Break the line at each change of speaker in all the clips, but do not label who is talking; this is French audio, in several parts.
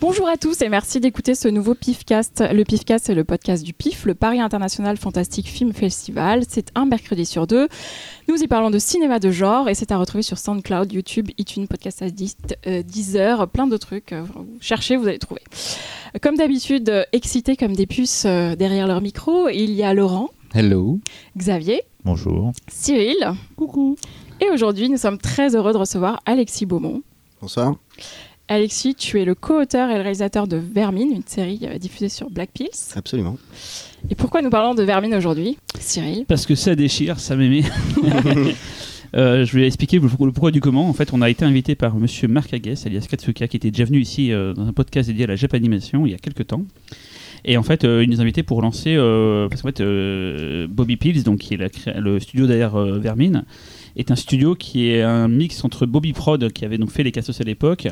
Bonjour à tous et merci d'écouter ce nouveau PIFcast. Le PIFcast, c'est le podcast du PIF, le Paris International Fantastic Film Festival. C'est un mercredi sur deux. Nous y parlons de cinéma de genre et c'est à retrouver sur SoundCloud, YouTube, iTunes, Podcast Addict, euh, Deezer, plein de trucs. Euh, vous cherchez, vous allez trouver. Comme d'habitude, euh, excités comme des puces euh, derrière leur micro, il y a Laurent,
Hello.
Xavier,
Bonjour.
Cyril. Coucou. Et aujourd'hui, nous sommes très heureux de recevoir Alexis Beaumont.
Bonsoir.
Alexis, tu es le co-auteur et le réalisateur de Vermine, une série euh, diffusée sur Black Pills.
Absolument.
Et pourquoi nous parlons de Vermine aujourd'hui, Cyril
Parce que ça déchire, ça m'aimait. Euh, je vais expliquer le pour- le pourquoi du comment. En fait, on a été invité par monsieur Marc Aguès, alias Katsuka, qui était déjà venu ici euh, dans un podcast dédié à la Japanimation il y a quelques temps. Et en fait, euh, il nous a invités pour lancer, euh, parce qu'en fait, euh, Bobby Pills, donc, qui est la cré- le studio derrière euh, Vermine, est un studio qui est un mix entre Bobby Prod, qui avait donc fait les cassos à l'époque,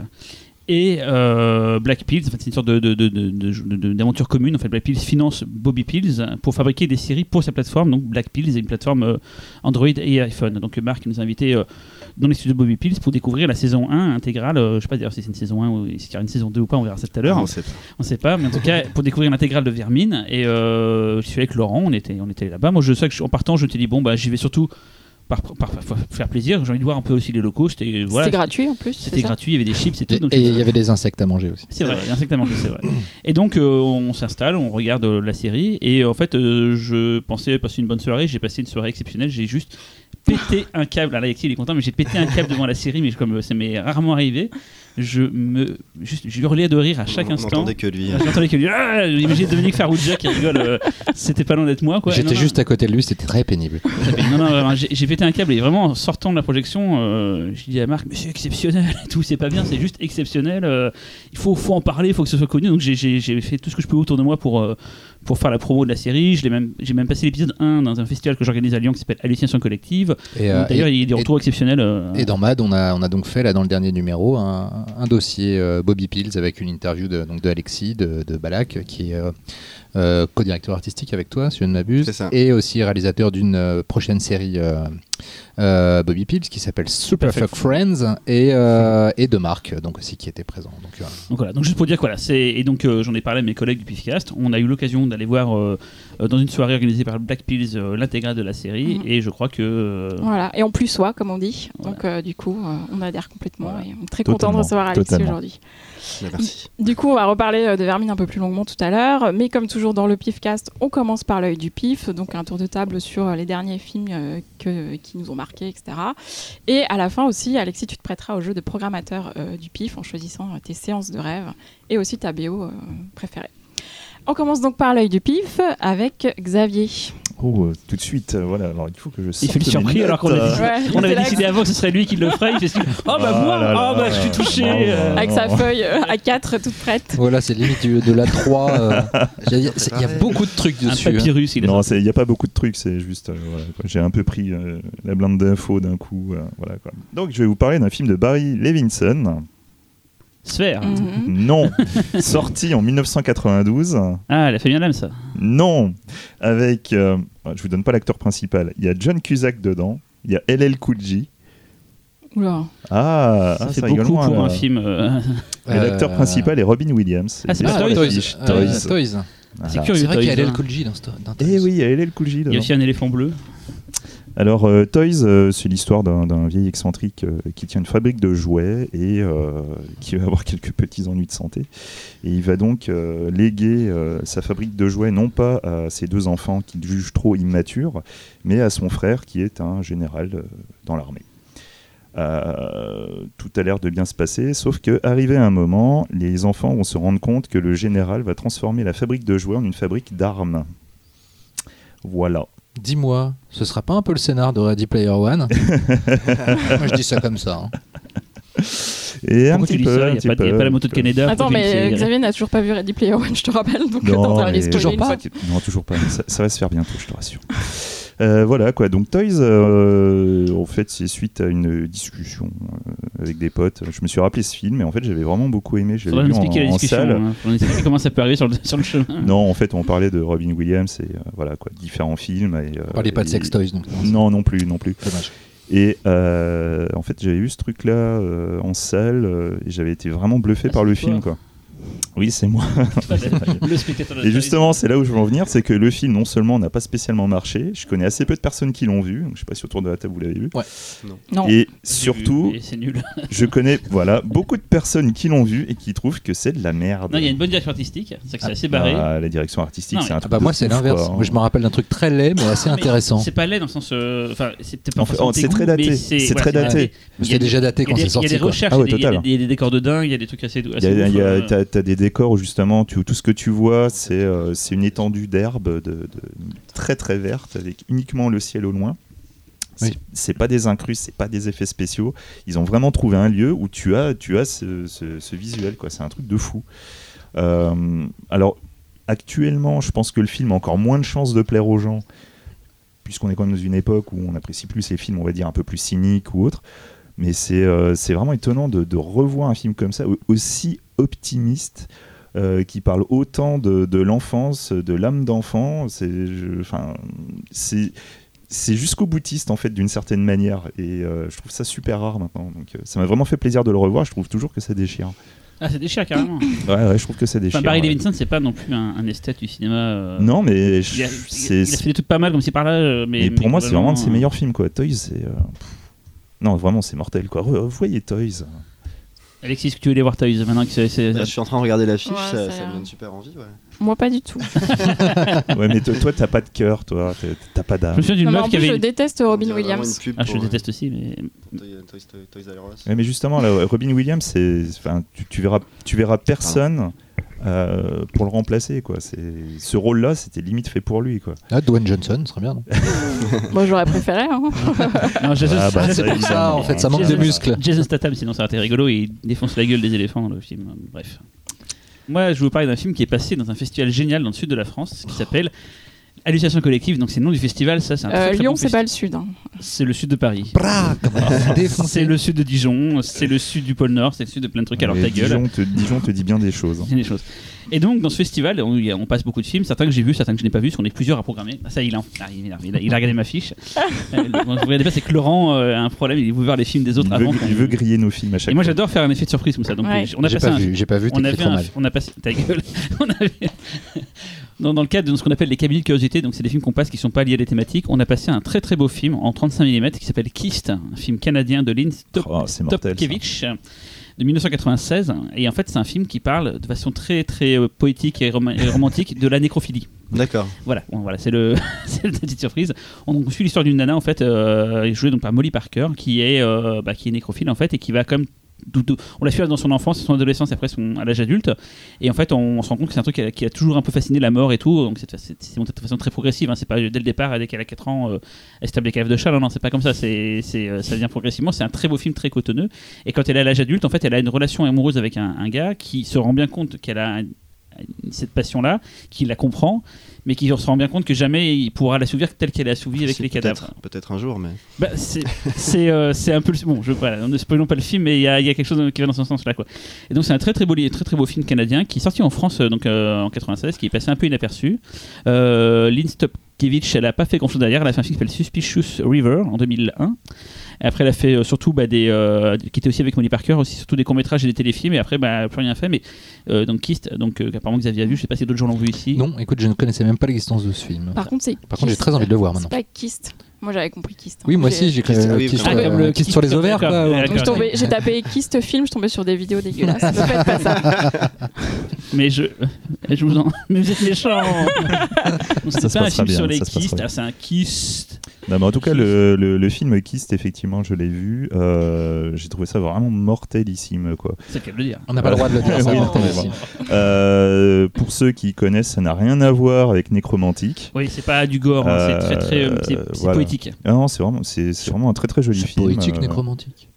et euh, Black Pills, en fait, c'est une sorte de- de- de- de- de- de- d'aventure commune. En fait, Black Pills finance Bobby Pills pour fabriquer des séries pour sa plateforme. Donc, Black Pills est une plateforme euh, Android et iPhone. Donc, euh, Marc nous a invités euh, dans les studios de Bobby Pills pour découvrir la saison 1 intégrale. Euh, je sais pas d'ailleurs si c'est une saison 1 ou s'il y aura une saison 2 ou pas, on verra ça tout à l'heure.
Ah, on sait pas.
On sait pas, mais en tout cas, pour découvrir l'intégrale de Vermine, et euh, je suis avec Laurent, on était, on était là-bas. Moi, je sais que je- en partant, je t'ai dit, bon, bah, j'y vais surtout par, par, par- par faire plaisir. J'ai envie de voir un peu aussi les locaux. C'était euh, voilà,
C'était gratuit en plus.
C'était
ça
gratuit, il y avait des chips et tout.
Et
donc
et
je-
il y avait des insectes à manger aussi.
c'est vrai, Insect à manger, c'est vrai. Et donc, euh, on s'installe, on regarde euh, la série. Et en fait, euh, je pensais passer une bonne soirée. J'ai passé une soirée exceptionnelle. J'ai juste pété un câble. Alors, Alexis, il est content, mais j'ai pété un câble devant la série. Mais comme euh, ça m'est rarement arrivé, je me juste, je hurlais de rire à chaque
on
instant.
n'entendait que lui. euh.
J'entendais qu'il y avait, Ah Imaginez Dominique Farrugia qui rigole. euh, C'était pas loin d'être moi, quoi.
J'étais
Non, non.
juste à côté de lui, c'était très pénible.
Mais non, non, vraiment, j'ai j'ai pété un câble et vraiment en sortant de la projection, euh, je dis à Marc, mais c'est exceptionnel et tout, c'est pas bien, c'est juste exceptionnel. euh, il faut, faut en parler, il faut que ce soit connu. Donc j'ai- j'ai j'ai fait tout ce que je pouvais autour de moi pour, euh, pour faire la promo de la série. Je l'ai même- J'ai même, passé l'épisode 1 dans un festival que j'organise à Lyon qui s'appelle Hallucination Collective.
Et, euh,
Donc, D'ailleurs,
et-
il y a des retours exceptionnels. euh,
et dans Mad, on a, on a donc fait là dans le dernier numéro un, un dossier euh, Bobby Pills avec une interview de, donc de Alexis, de, de Balak, qui est euh, euh, co-directeur artistique avec toi, si je ne m'abuse,
C'est ça.
et aussi réalisateur d'une euh, prochaine série euh, euh, Bobby Pills qui s'appelle Super
Perfect
Fuck Friends et, euh, et de Marc, donc aussi qui était présent. Donc, euh,
Donc voilà, donc juste pour dire que voilà, c'est et donc euh, j'en ai parlé à mes collègues du Pifcast, on a eu l'occasion d'aller voir euh, euh, dans une soirée organisée par Black Pills euh, l'intégrale de la série
Mhm.
et je crois que euh,
Voilà, et en plus soi, comme on dit. Donc euh, du coup, euh, on adhère complètement
Voilà.
et on est très content
Totalement,
de recevoir Alexis
totalement.
aujourd'hui.
Mais Merci.
Du coup, on va reparler euh, de Vermine un peu plus longuement tout à l'heure, mais comme toujours dans le PIFcast, on commence par l'œil du PIF, donc un tour de table sur euh, les derniers films euh, que- qui nous ont marqués, etc. Et à la fin aussi, Alexis, tu te prêteras au jeu de programmateur euh, du PIF en choisissant euh, tes séances de rêve et aussi ta BO euh, préférée. On commence donc par l'œil du PIF avec Xavier.
Oh, euh, tout de suite, euh, voilà. Alors, il faut que je
il
sorte
fait le
mes
surpris
notes,
alors qu'on
euh,
avait,
Ouais,
on avait
c'est là
décidé avant que ce serait lui qui le ferait, il fait celui- oh bah
Ah
moi,
là là
oh bah je suis
là
touché.
là
euh.
là.
Avec sa
non.
feuille euh, A4 toute prête.
voilà, Oh c'est limite du- de la 3. euh, Il y, a- c'est- il y a beaucoup de trucs
Un
dessus. hein.
papyrus, il a
Non,
ça.
c'est- il n'y a pas beaucoup de trucs, c'est juste. euh, voilà, quoi. J'ai un peu pris euh, la blinde d'infos d'un coup. euh, voilà, quoi. Donc, je vais vous parler d'un film de Barry Levinson.
sphère.
Mhm.
Non Sorti en 1992.
Ah, elle a fait bien l'âme ça.
Non Avec. euh, je vous donne pas l'acteur principal. Il y a John Cusack dedans. Il y a LL Cool J.
Oula.
Ah,
ça
ah,
fait
ça
beaucoup
rigole moins,
pour
là.
un film. euh,
Et l'acteur
Euh,
principal est Robin Williams.
Ah, c'est
Il est
pas
Ah,
sur
Toys.
l'affiche,
Euh,
Toys.
Toys.
C'est
Ah.
curieux.
C'est vrai
Toys,
qu'il y a
hein.
LL Cool J dans ce- dans Toys.
Eh oui, il y a LL Cool J
Il y a
hein.
dedans.
aussi un éléphant bleu.
Alors, euh, Toys, euh, c'est l'histoire d'un d'un vieil excentrique euh, qui tient une fabrique de jouets et euh, qui va avoir quelques petits ennuis de santé. Et il va donc euh, léguer euh, sa fabrique de jouets non pas à ses deux enfants qu'il juge trop immatures, mais à son frère qui est un général euh, dans l'armée. Euh, tout a l'air de bien se passer, sauf que arrivé à un moment, les enfants vont se rendre compte que le général va transformer la fabrique de jouets en une fabrique d'armes. Voilà.
Dis-moi, ce sera pas un peu le scénar de Ready Player One Moi je dis ça comme ça. hein.
Et un
Pourquoi tu
petit
dis
peu,
ça Il
un
n'y a,
petit
pas- il y a
peu,
pas
un
la moto de
petit peu.
Canada.
Attends,
pourquoi tu dis que
mais
c'est-
euh, Xavier n'a toujours pas vu Ready Player One, je te rappelle, donc
Non,
t'en
mais-
Toujours pas
Non, toujours pas. Ça, ça va se faire bientôt, je te rassure. Euh, voilà quoi. Donc Toys, euh, en fait, c'est suite à une discussion euh, avec des potes. Je me suis rappelé ce film et en fait, j'avais vraiment beaucoup aimé. Je
Faudra
l'avais vu
nous
en,
expliquer la
en
discussion.
salle.
hein. Faudra nous expliquer comment ça peut arriver sur le, sur le chemin.
Non, en fait, on parlait de Robin Williams et euh, voilà quoi, différents films. Et, euh,
On parlait pas de
et-
Sex Toys donc.
Non, non plus, non plus.
Dommage.
Et euh, en fait, j'avais vu ce truc-là euh, en salle euh, et j'avais été vraiment bluffé
Ah,
par
c'est
le
toi.
film. Quoi. Oui, c'est moi.
le spectateur de la
Et justement, c'est là où je veux en venir, c'est que le film, non seulement n'a pas spécialement marché, je connais assez peu de personnes qui l'ont vu, donc je sais pas si autour de la table vous l'avez vu,
Non.
et
télé.
surtout,
Et C'est nul.
je connais voilà, beaucoup de personnes qui l'ont vu et qui trouvent que c'est de la merde.
Non, il y a une bonne direction artistique, c'est que c'est assez barré.
Ah, la direction artistique,
Non,
c'est un
Ah
truc
bah
de
moi c'est
ouf,
l'inverse.
quoi.
Moi, Je me rappelle d'un truc très laid mais assez
Mais
intéressant.
C'est pas laid dans le sens. euh, Enfin, c'est peut-être pas
En fait,
forcément
c'est
dégoût,
très daté,
mais
c'est
voilà,
très daté.
Il y
J'étais
a des-
déjà daté
Il y a
quand
des-
c'est
il y a
sorti.
des
quoi.
recherches,
Ah ouais,
il y a des-
total.
il y a des décors de dingue, il y a des trucs assez.
Il y a-
assez
il y a-
ouf, euh,
T'as t'as des décors où justement, tu, tout ce que tu vois, c'est euh, c'est une étendue d'herbe de, de- très très verte avec uniquement le ciel au loin. C'est
Oui.
c'est pas des incrustes, c'est pas des effets spéciaux. Ils ont vraiment trouvé un lieu où tu as, tu as ce, ce- ce visuel, quoi. C'est un truc de fou. Euh, alors actuellement, je pense que le film a encore moins de chances de plaire aux gens, puisqu'on est quand même dans une époque où on apprécie plus les films, on va dire un peu plus cyniques ou autres. Mais c'est euh, c'est vraiment étonnant de, de revoir un film comme ça, au- aussi optimiste, euh, qui parle autant de, de l'enfance, de l'âme d'enfant. C'est je- enfin, c'est- c'est jusqu'au boutiste, en fait, d'une certaine manière. Et euh, je trouve ça super rare maintenant. Donc, euh, ça m'a vraiment fait plaisir de le revoir. Je trouve toujours que ça déchire.
Ah, c'est déchire carrément.
Ouais, ouais, je trouve que ça déchire.
Enfin, Barry
ouais.
Levinson, c'est pas non plus un, un esthète du cinéma. euh,
Non, mais
Il
je-
a, il a-
c'est.
il a fait des trucs pas mal comme si par là, euh, mais.
Mais pour
mais
moi, c'est
globalement,
vraiment un de ses meilleurs films, quoi. Toys, c'est. euh, pff. Non, vraiment, c'est mortel, quoi. Re- Voyez Toys.
euh, Alexis, est-ce que tu veux aller voir Toys maintenant que c'est. c'est-
Ah,
Là, je suis en train de regarder l'affiche,
Ouais, ça a
ça, ça
l'air.
me donne super envie. Ouais.
Moi, pas du tout.
ouais, mais toi, toi, t'as pas de cœur, toi. T'as- T'as pas
Je
d'âme.
me souviens d'une
Non, mais
meuf
en
qui
plus, je
avait. une-
déteste
On
Robin
dirait vraiment
Williams.
une pub
Ah, je
pour, euh,
déteste aussi, mais.
pour Toy- Toy- Toy- Toys R Us.
Ouais, mais justement, là, Robin Williams, c'est, enfin, tu, tu verras, tu verras personne euh, pour le remplacer, quoi. C'est, ce rôle-là, c'était limite fait pour lui, quoi.
Ah, Dwayne Johnson, ce serait bien. non
Moi, j'aurais préféré. hein.
Non, Jason,
Ah, bah,
Ah, c'est
ça,
pour ça
évidemment.
en fait, ça manque
Jason-
de muscles.
Jason Statham, sinon ça aurait été rigolo, il défonce la gueule des éléphants dans le film. Bref. Moi, je vais vous parler d'un film qui est passé dans un festival génial dans le sud de la France qui s'appelle. Hallucination collective, donc c'est le nom du festival, ça c'est un très,
Euh,
très
Lyon,
bon
c'est
festival.
pas le sud. hein.
C'est le sud de Paris.
Braque
C'est
Défoncé.
le sud de Dijon, c'est le sud du pôle Nord, c'est le sud de plein de trucs. alors
Mais
ta gueule.
Dijon te, Dijon te dit bien des choses. hein.
Bien des choses. Et donc, dans ce festival, on, il y a- on passe beaucoup de films, certains que j'ai vus, certains que je n'ai pas vus, parce qu'on est plusieurs à programmer. Ah, ça, il a, ah, il, a, il a- il a regardé ma fiche. Euh, le- bon, vous regardez pas, c'est que Laurent euh, a un problème, il veut voir les films des autres
Il
avant.
veut,
qu'on-
il veut griller nos films à chaque
Et moi,
fois.
j'adore faire un effet de surprise comme ça. Donc,
Ouais.
euh, on a
J'ai
passé
pas
un-
vu, j'ai pas vu,
on
t'écris
avait
trop
un-
mal.
on a passé ta gueule. on avait- dans, dans le cadre de ce qu'on appelle les cabinets de curiosité, donc c'est des films qu'on passe qui sont pas liés à des thématiques, on a passé un très très beau film en 35 mm qui s'appelle Kist, un film canadien de Lynn Stop-
Oh, c'est mortel, ça.
Stopkiewicz, euh, de 1996 et en fait c'est un film qui parle de façon très très euh, poétique et, roma- et romantique de la nécrophilie
D'accord.
voilà bon, voilà c'est le c'est la petite surprise on, on suit l'histoire d'une nana en fait euh, jouée donc par Molly Parker qui est euh, bah, qui est nécrophile en fait et qui va comme tout- tout- on la suit dans son enfance, son adolescence, après son, à l'âge adulte. Et en fait, on, on se rend compte que c'est un truc qui a, qui a toujours un peu fasciné la mort et tout. Donc, c'est c'est- c'est monté de façon très progressive. hein. C'est pas dès le départ, dès qu'elle a 4 ans, euh, elle se tape des caves de chat. Non, non, c'est pas comme ça. C'est c'est, euh, ça vient progressivement. C'est un très beau film, très cotonneux. Et quand elle est à l'âge adulte, en fait, elle a une relation amoureuse avec un, un gars qui se rend bien compte qu'elle a un- cette passion-là, qui la comprend, mais qui se rend bien compte que jamais il pourra l'assouvir telle qu'elle est assouvie avec
C'est
les
peut-être-
cadavres.
Peut-être un jour, mais.
Bah, c'est c'est euh, c'est un peu le- bon je voilà ne spoilons pas le film mais il y a, il y a quelque chose qui va dans ce sens là quoi et donc c'est un très très beau li- très très beau film canadien qui est sorti en France euh, donc euh, en 96 qui est passé un peu inaperçu euh, Lynn Stopkiewicz elle a pas fait grand chose derrière elle a fait un film qui s'appelle Suspicious River en 2001 Et après elle a fait euh, surtout bah, des euh, qui était aussi avec Molly Parker aussi surtout des courts métrages et des téléfilms et après bah, elle a plus rien fait mais euh, donc Kist donc euh, apparemment Xavier a vu je sais pas si d'autres gens l'ont vu ici
Non, écoute, je ne connaissais même pas l'existence de ce film.
Par contre, c'est.
Par contre, j'ai
Kist.
très envie de le voir
C'est
maintenant.
pas Kist. Moi, j'avais compris Kist. hein.
Oui, moi aussi, j'ai
Kist,
euh,
oui,
Kist,
vraiment.
euh,
Ah,
comme le
Kist
Kist,
sur les ovaires,
d'accord.
quoi. ou un
Ouais,
truc
Donc, je
comme ça.
tombais- J'ai tapé Kist film, je tombais sur des vidéos dégueulasses. Ne faites pas ça.
Mais je, je vous en. Mais vous êtes méchants Donc,
Ça
C'est
se
pas un
passera
film
bien,
sur les
ça se passera
kystes,
bien.
ah, c'est un kyste.
Non, mais en tout cas, le, le- le film Kist, effectivement, je l'ai vu. Euh, j'ai trouvé ça vraiment mortelissime, quoi.
C'est le cas de le dire.
On n'a pas le droit de le dire.
Oui,
ça, hein.
non,
par contre,
mais
si.
bon. Euh, pour ceux qui connaissent, ça n'a rien à voir avec Nécromantique.
Oui, c'est pas du gore, hein,
Euh,
c'est très très. euh, c'est c'est
voilà.
poétique.
Ah non, c'est vraiment, c'est, c'est vraiment un très très joli
C'est
film.
poétique,
euh,
nécromantique.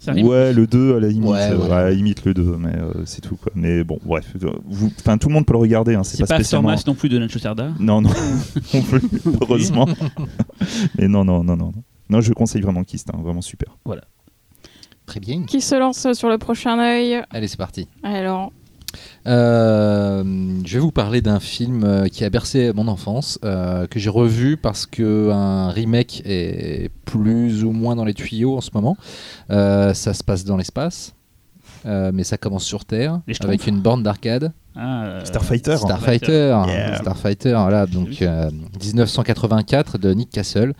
Ça rime.
Ouais, le 2 à la limite,
Ouais,
euh,
voilà.
à la limite le 2, mais euh, c'est tout quoi. Mais bon, bref, euh, vous, enfin tout le monde peut le regarder, hein, c'est,
c'est pas
spécialement.
Aftermath non plus de Nacho Sarda.
Non, non, on peut, heureusement. mais non, non, non, non, non. Non, je conseille vraiment Kist, hein, vraiment super.
Très bien.
Qui se lance sur le prochain œil
Allez, c'est parti.
Alors,
Euh, je vais vous parler d'un film euh, qui a bercé mon enfance, euh, que j'ai revu parce que un remake est plus ou moins dans les tuyaux en ce moment. Euh, ça se passe dans l'espace. Euh, mais ça commence sur Terre
Les Schtroumpfs.
avec une borne d'arcade.
Ah, euh,
Starfighter.
Starfighter, hein,
Yeah.
Starfighter, voilà, donc euh, 1984 de Nick Castle.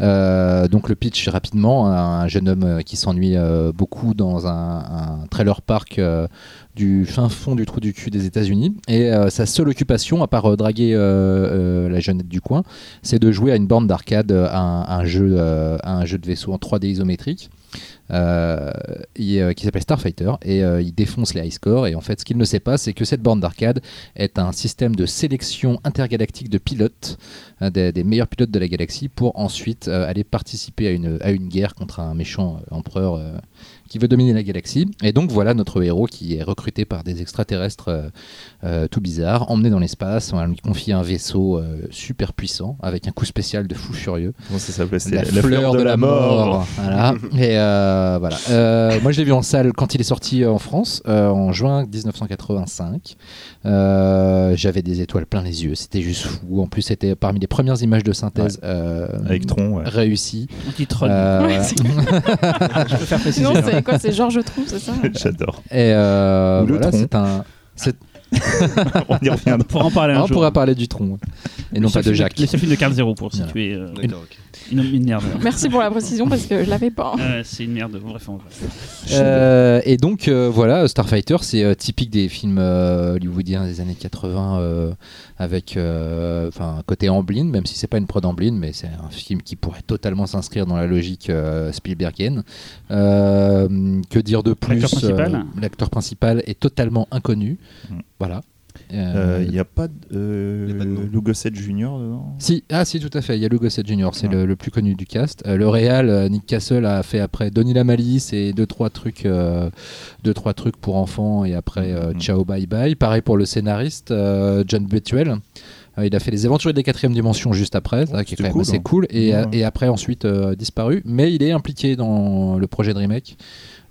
Euh, donc le pitch rapidement, un jeune homme euh, qui s'ennuie euh, beaucoup dans un, un trailer park euh, du fin fond du trou du cul des États-Unis et euh, sa seule occupation, à part euh, draguer euh, euh, la jeunette du coin, c'est de jouer à une borne d'arcade, euh, à un, un jeu, euh, à un jeu de vaisseau en 3D isométrique. euh, et, euh, qui s'appelle Starfighter et euh, il défonce les high scores et en fait ce qu'il ne sait pas c'est que cette borne d'arcade est un système de sélection intergalactique de pilotes, euh, des, des meilleurs pilotes de la galaxie, pour ensuite euh, aller participer à une, à une guerre contre un méchant euh, empereur euh, qui veut dominer la galaxie. Et donc voilà notre héros qui est recruté par des extraterrestres euh, euh, tout bizarres, emmené dans l'espace, on lui confie un vaisseau euh, super puissant, avec un coup spécial de fou furieux.
Comment ça s'appelait C'était
La, fleur, de, la mort. Voilà. Et euh, voilà. Euh, moi, je l'ai vu en salle quand il est sorti euh, en France, euh, en juin 1985. Euh, J'avais des étoiles plein les yeux. C'était juste fou. En plus, c'était parmi les premières images de synthèse euh,
Avec Tron, ouais.
réussies.
Anti-Tron.
Euh,
Ouais, c'est-
Ah,
non,
hein.
c'est quoi C'est Georges Trompe, c'est ça
J'adore.
et euh,
Ou le
voilà,
tronc.
c'est un. c'est-
On y reviendra.
Pour en parler un
on
jour.
pourra parler du tronc. Et non
Le
pas
seul
de
film-
Jacques.
Le seul film de Carl Zero pour situer euh, une-
D'accord, ok.
une, une merde.
Merci pour la précision parce que je l'avais pas.
Euh, c'est une merde. Bref, on va.
Euh, et donc euh, voilà, Starfighter, c'est euh, typique des films euh, hollywoodiens des années 80 euh, avec euh, enfin un côté Amblin, même si c'est pas une prod Amblin, mais c'est un film qui pourrait totalement s'inscrire dans la logique euh, Spielbergienne. Euh, que dire de plus
L'acteur principal
euh, L'acteur principal est totalement inconnu.
Mm.
Voilà.
Il
Euh,
n'y a pas de, euh,
Y a pas de nom.
Lou Gossett Junior dedans
si, ah si, tout à fait. Il y a le Gossett Junior, c'est
Ouais.
le, le plus connu du cast. Euh, le Real, euh, Nick Castle a fait après Donnie la Malice et deux trois trucs, euh, deux trois trucs pour enfants et après euh,
Mhm.
Ciao Bye Bye. Pareil pour le scénariste euh, John Betuel. Euh, il a fait Les Aventuriers de la Quatrième Dimension juste après, ça, qui est quand
c'était
même
cool,
assez
hein.
cool. Et,
Ouais.
et après ensuite euh, disparu, mais il est impliqué dans le projet de remake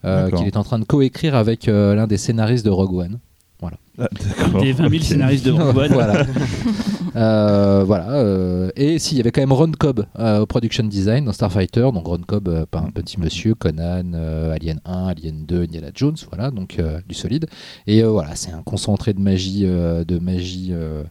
euh,
D'accord.
qu'il est en train de coécrire avec euh, l'un des scénaristes de Rogue One.
Ah, d'accord.
Des 20 000
Ok.
scénaristes de Rogue One.
voilà. Euh, voilà. euh, et si, il y avait quand même Ron Cobb euh, au production design dans Starfighter. Donc Ron Cobb, euh, pas un petit monsieur, Conan, euh, Alien 1, Alien 2, Indiana Jones, voilà, donc euh, du solide. Et euh, voilà, c'est un concentré de magie, euh, de magie euh,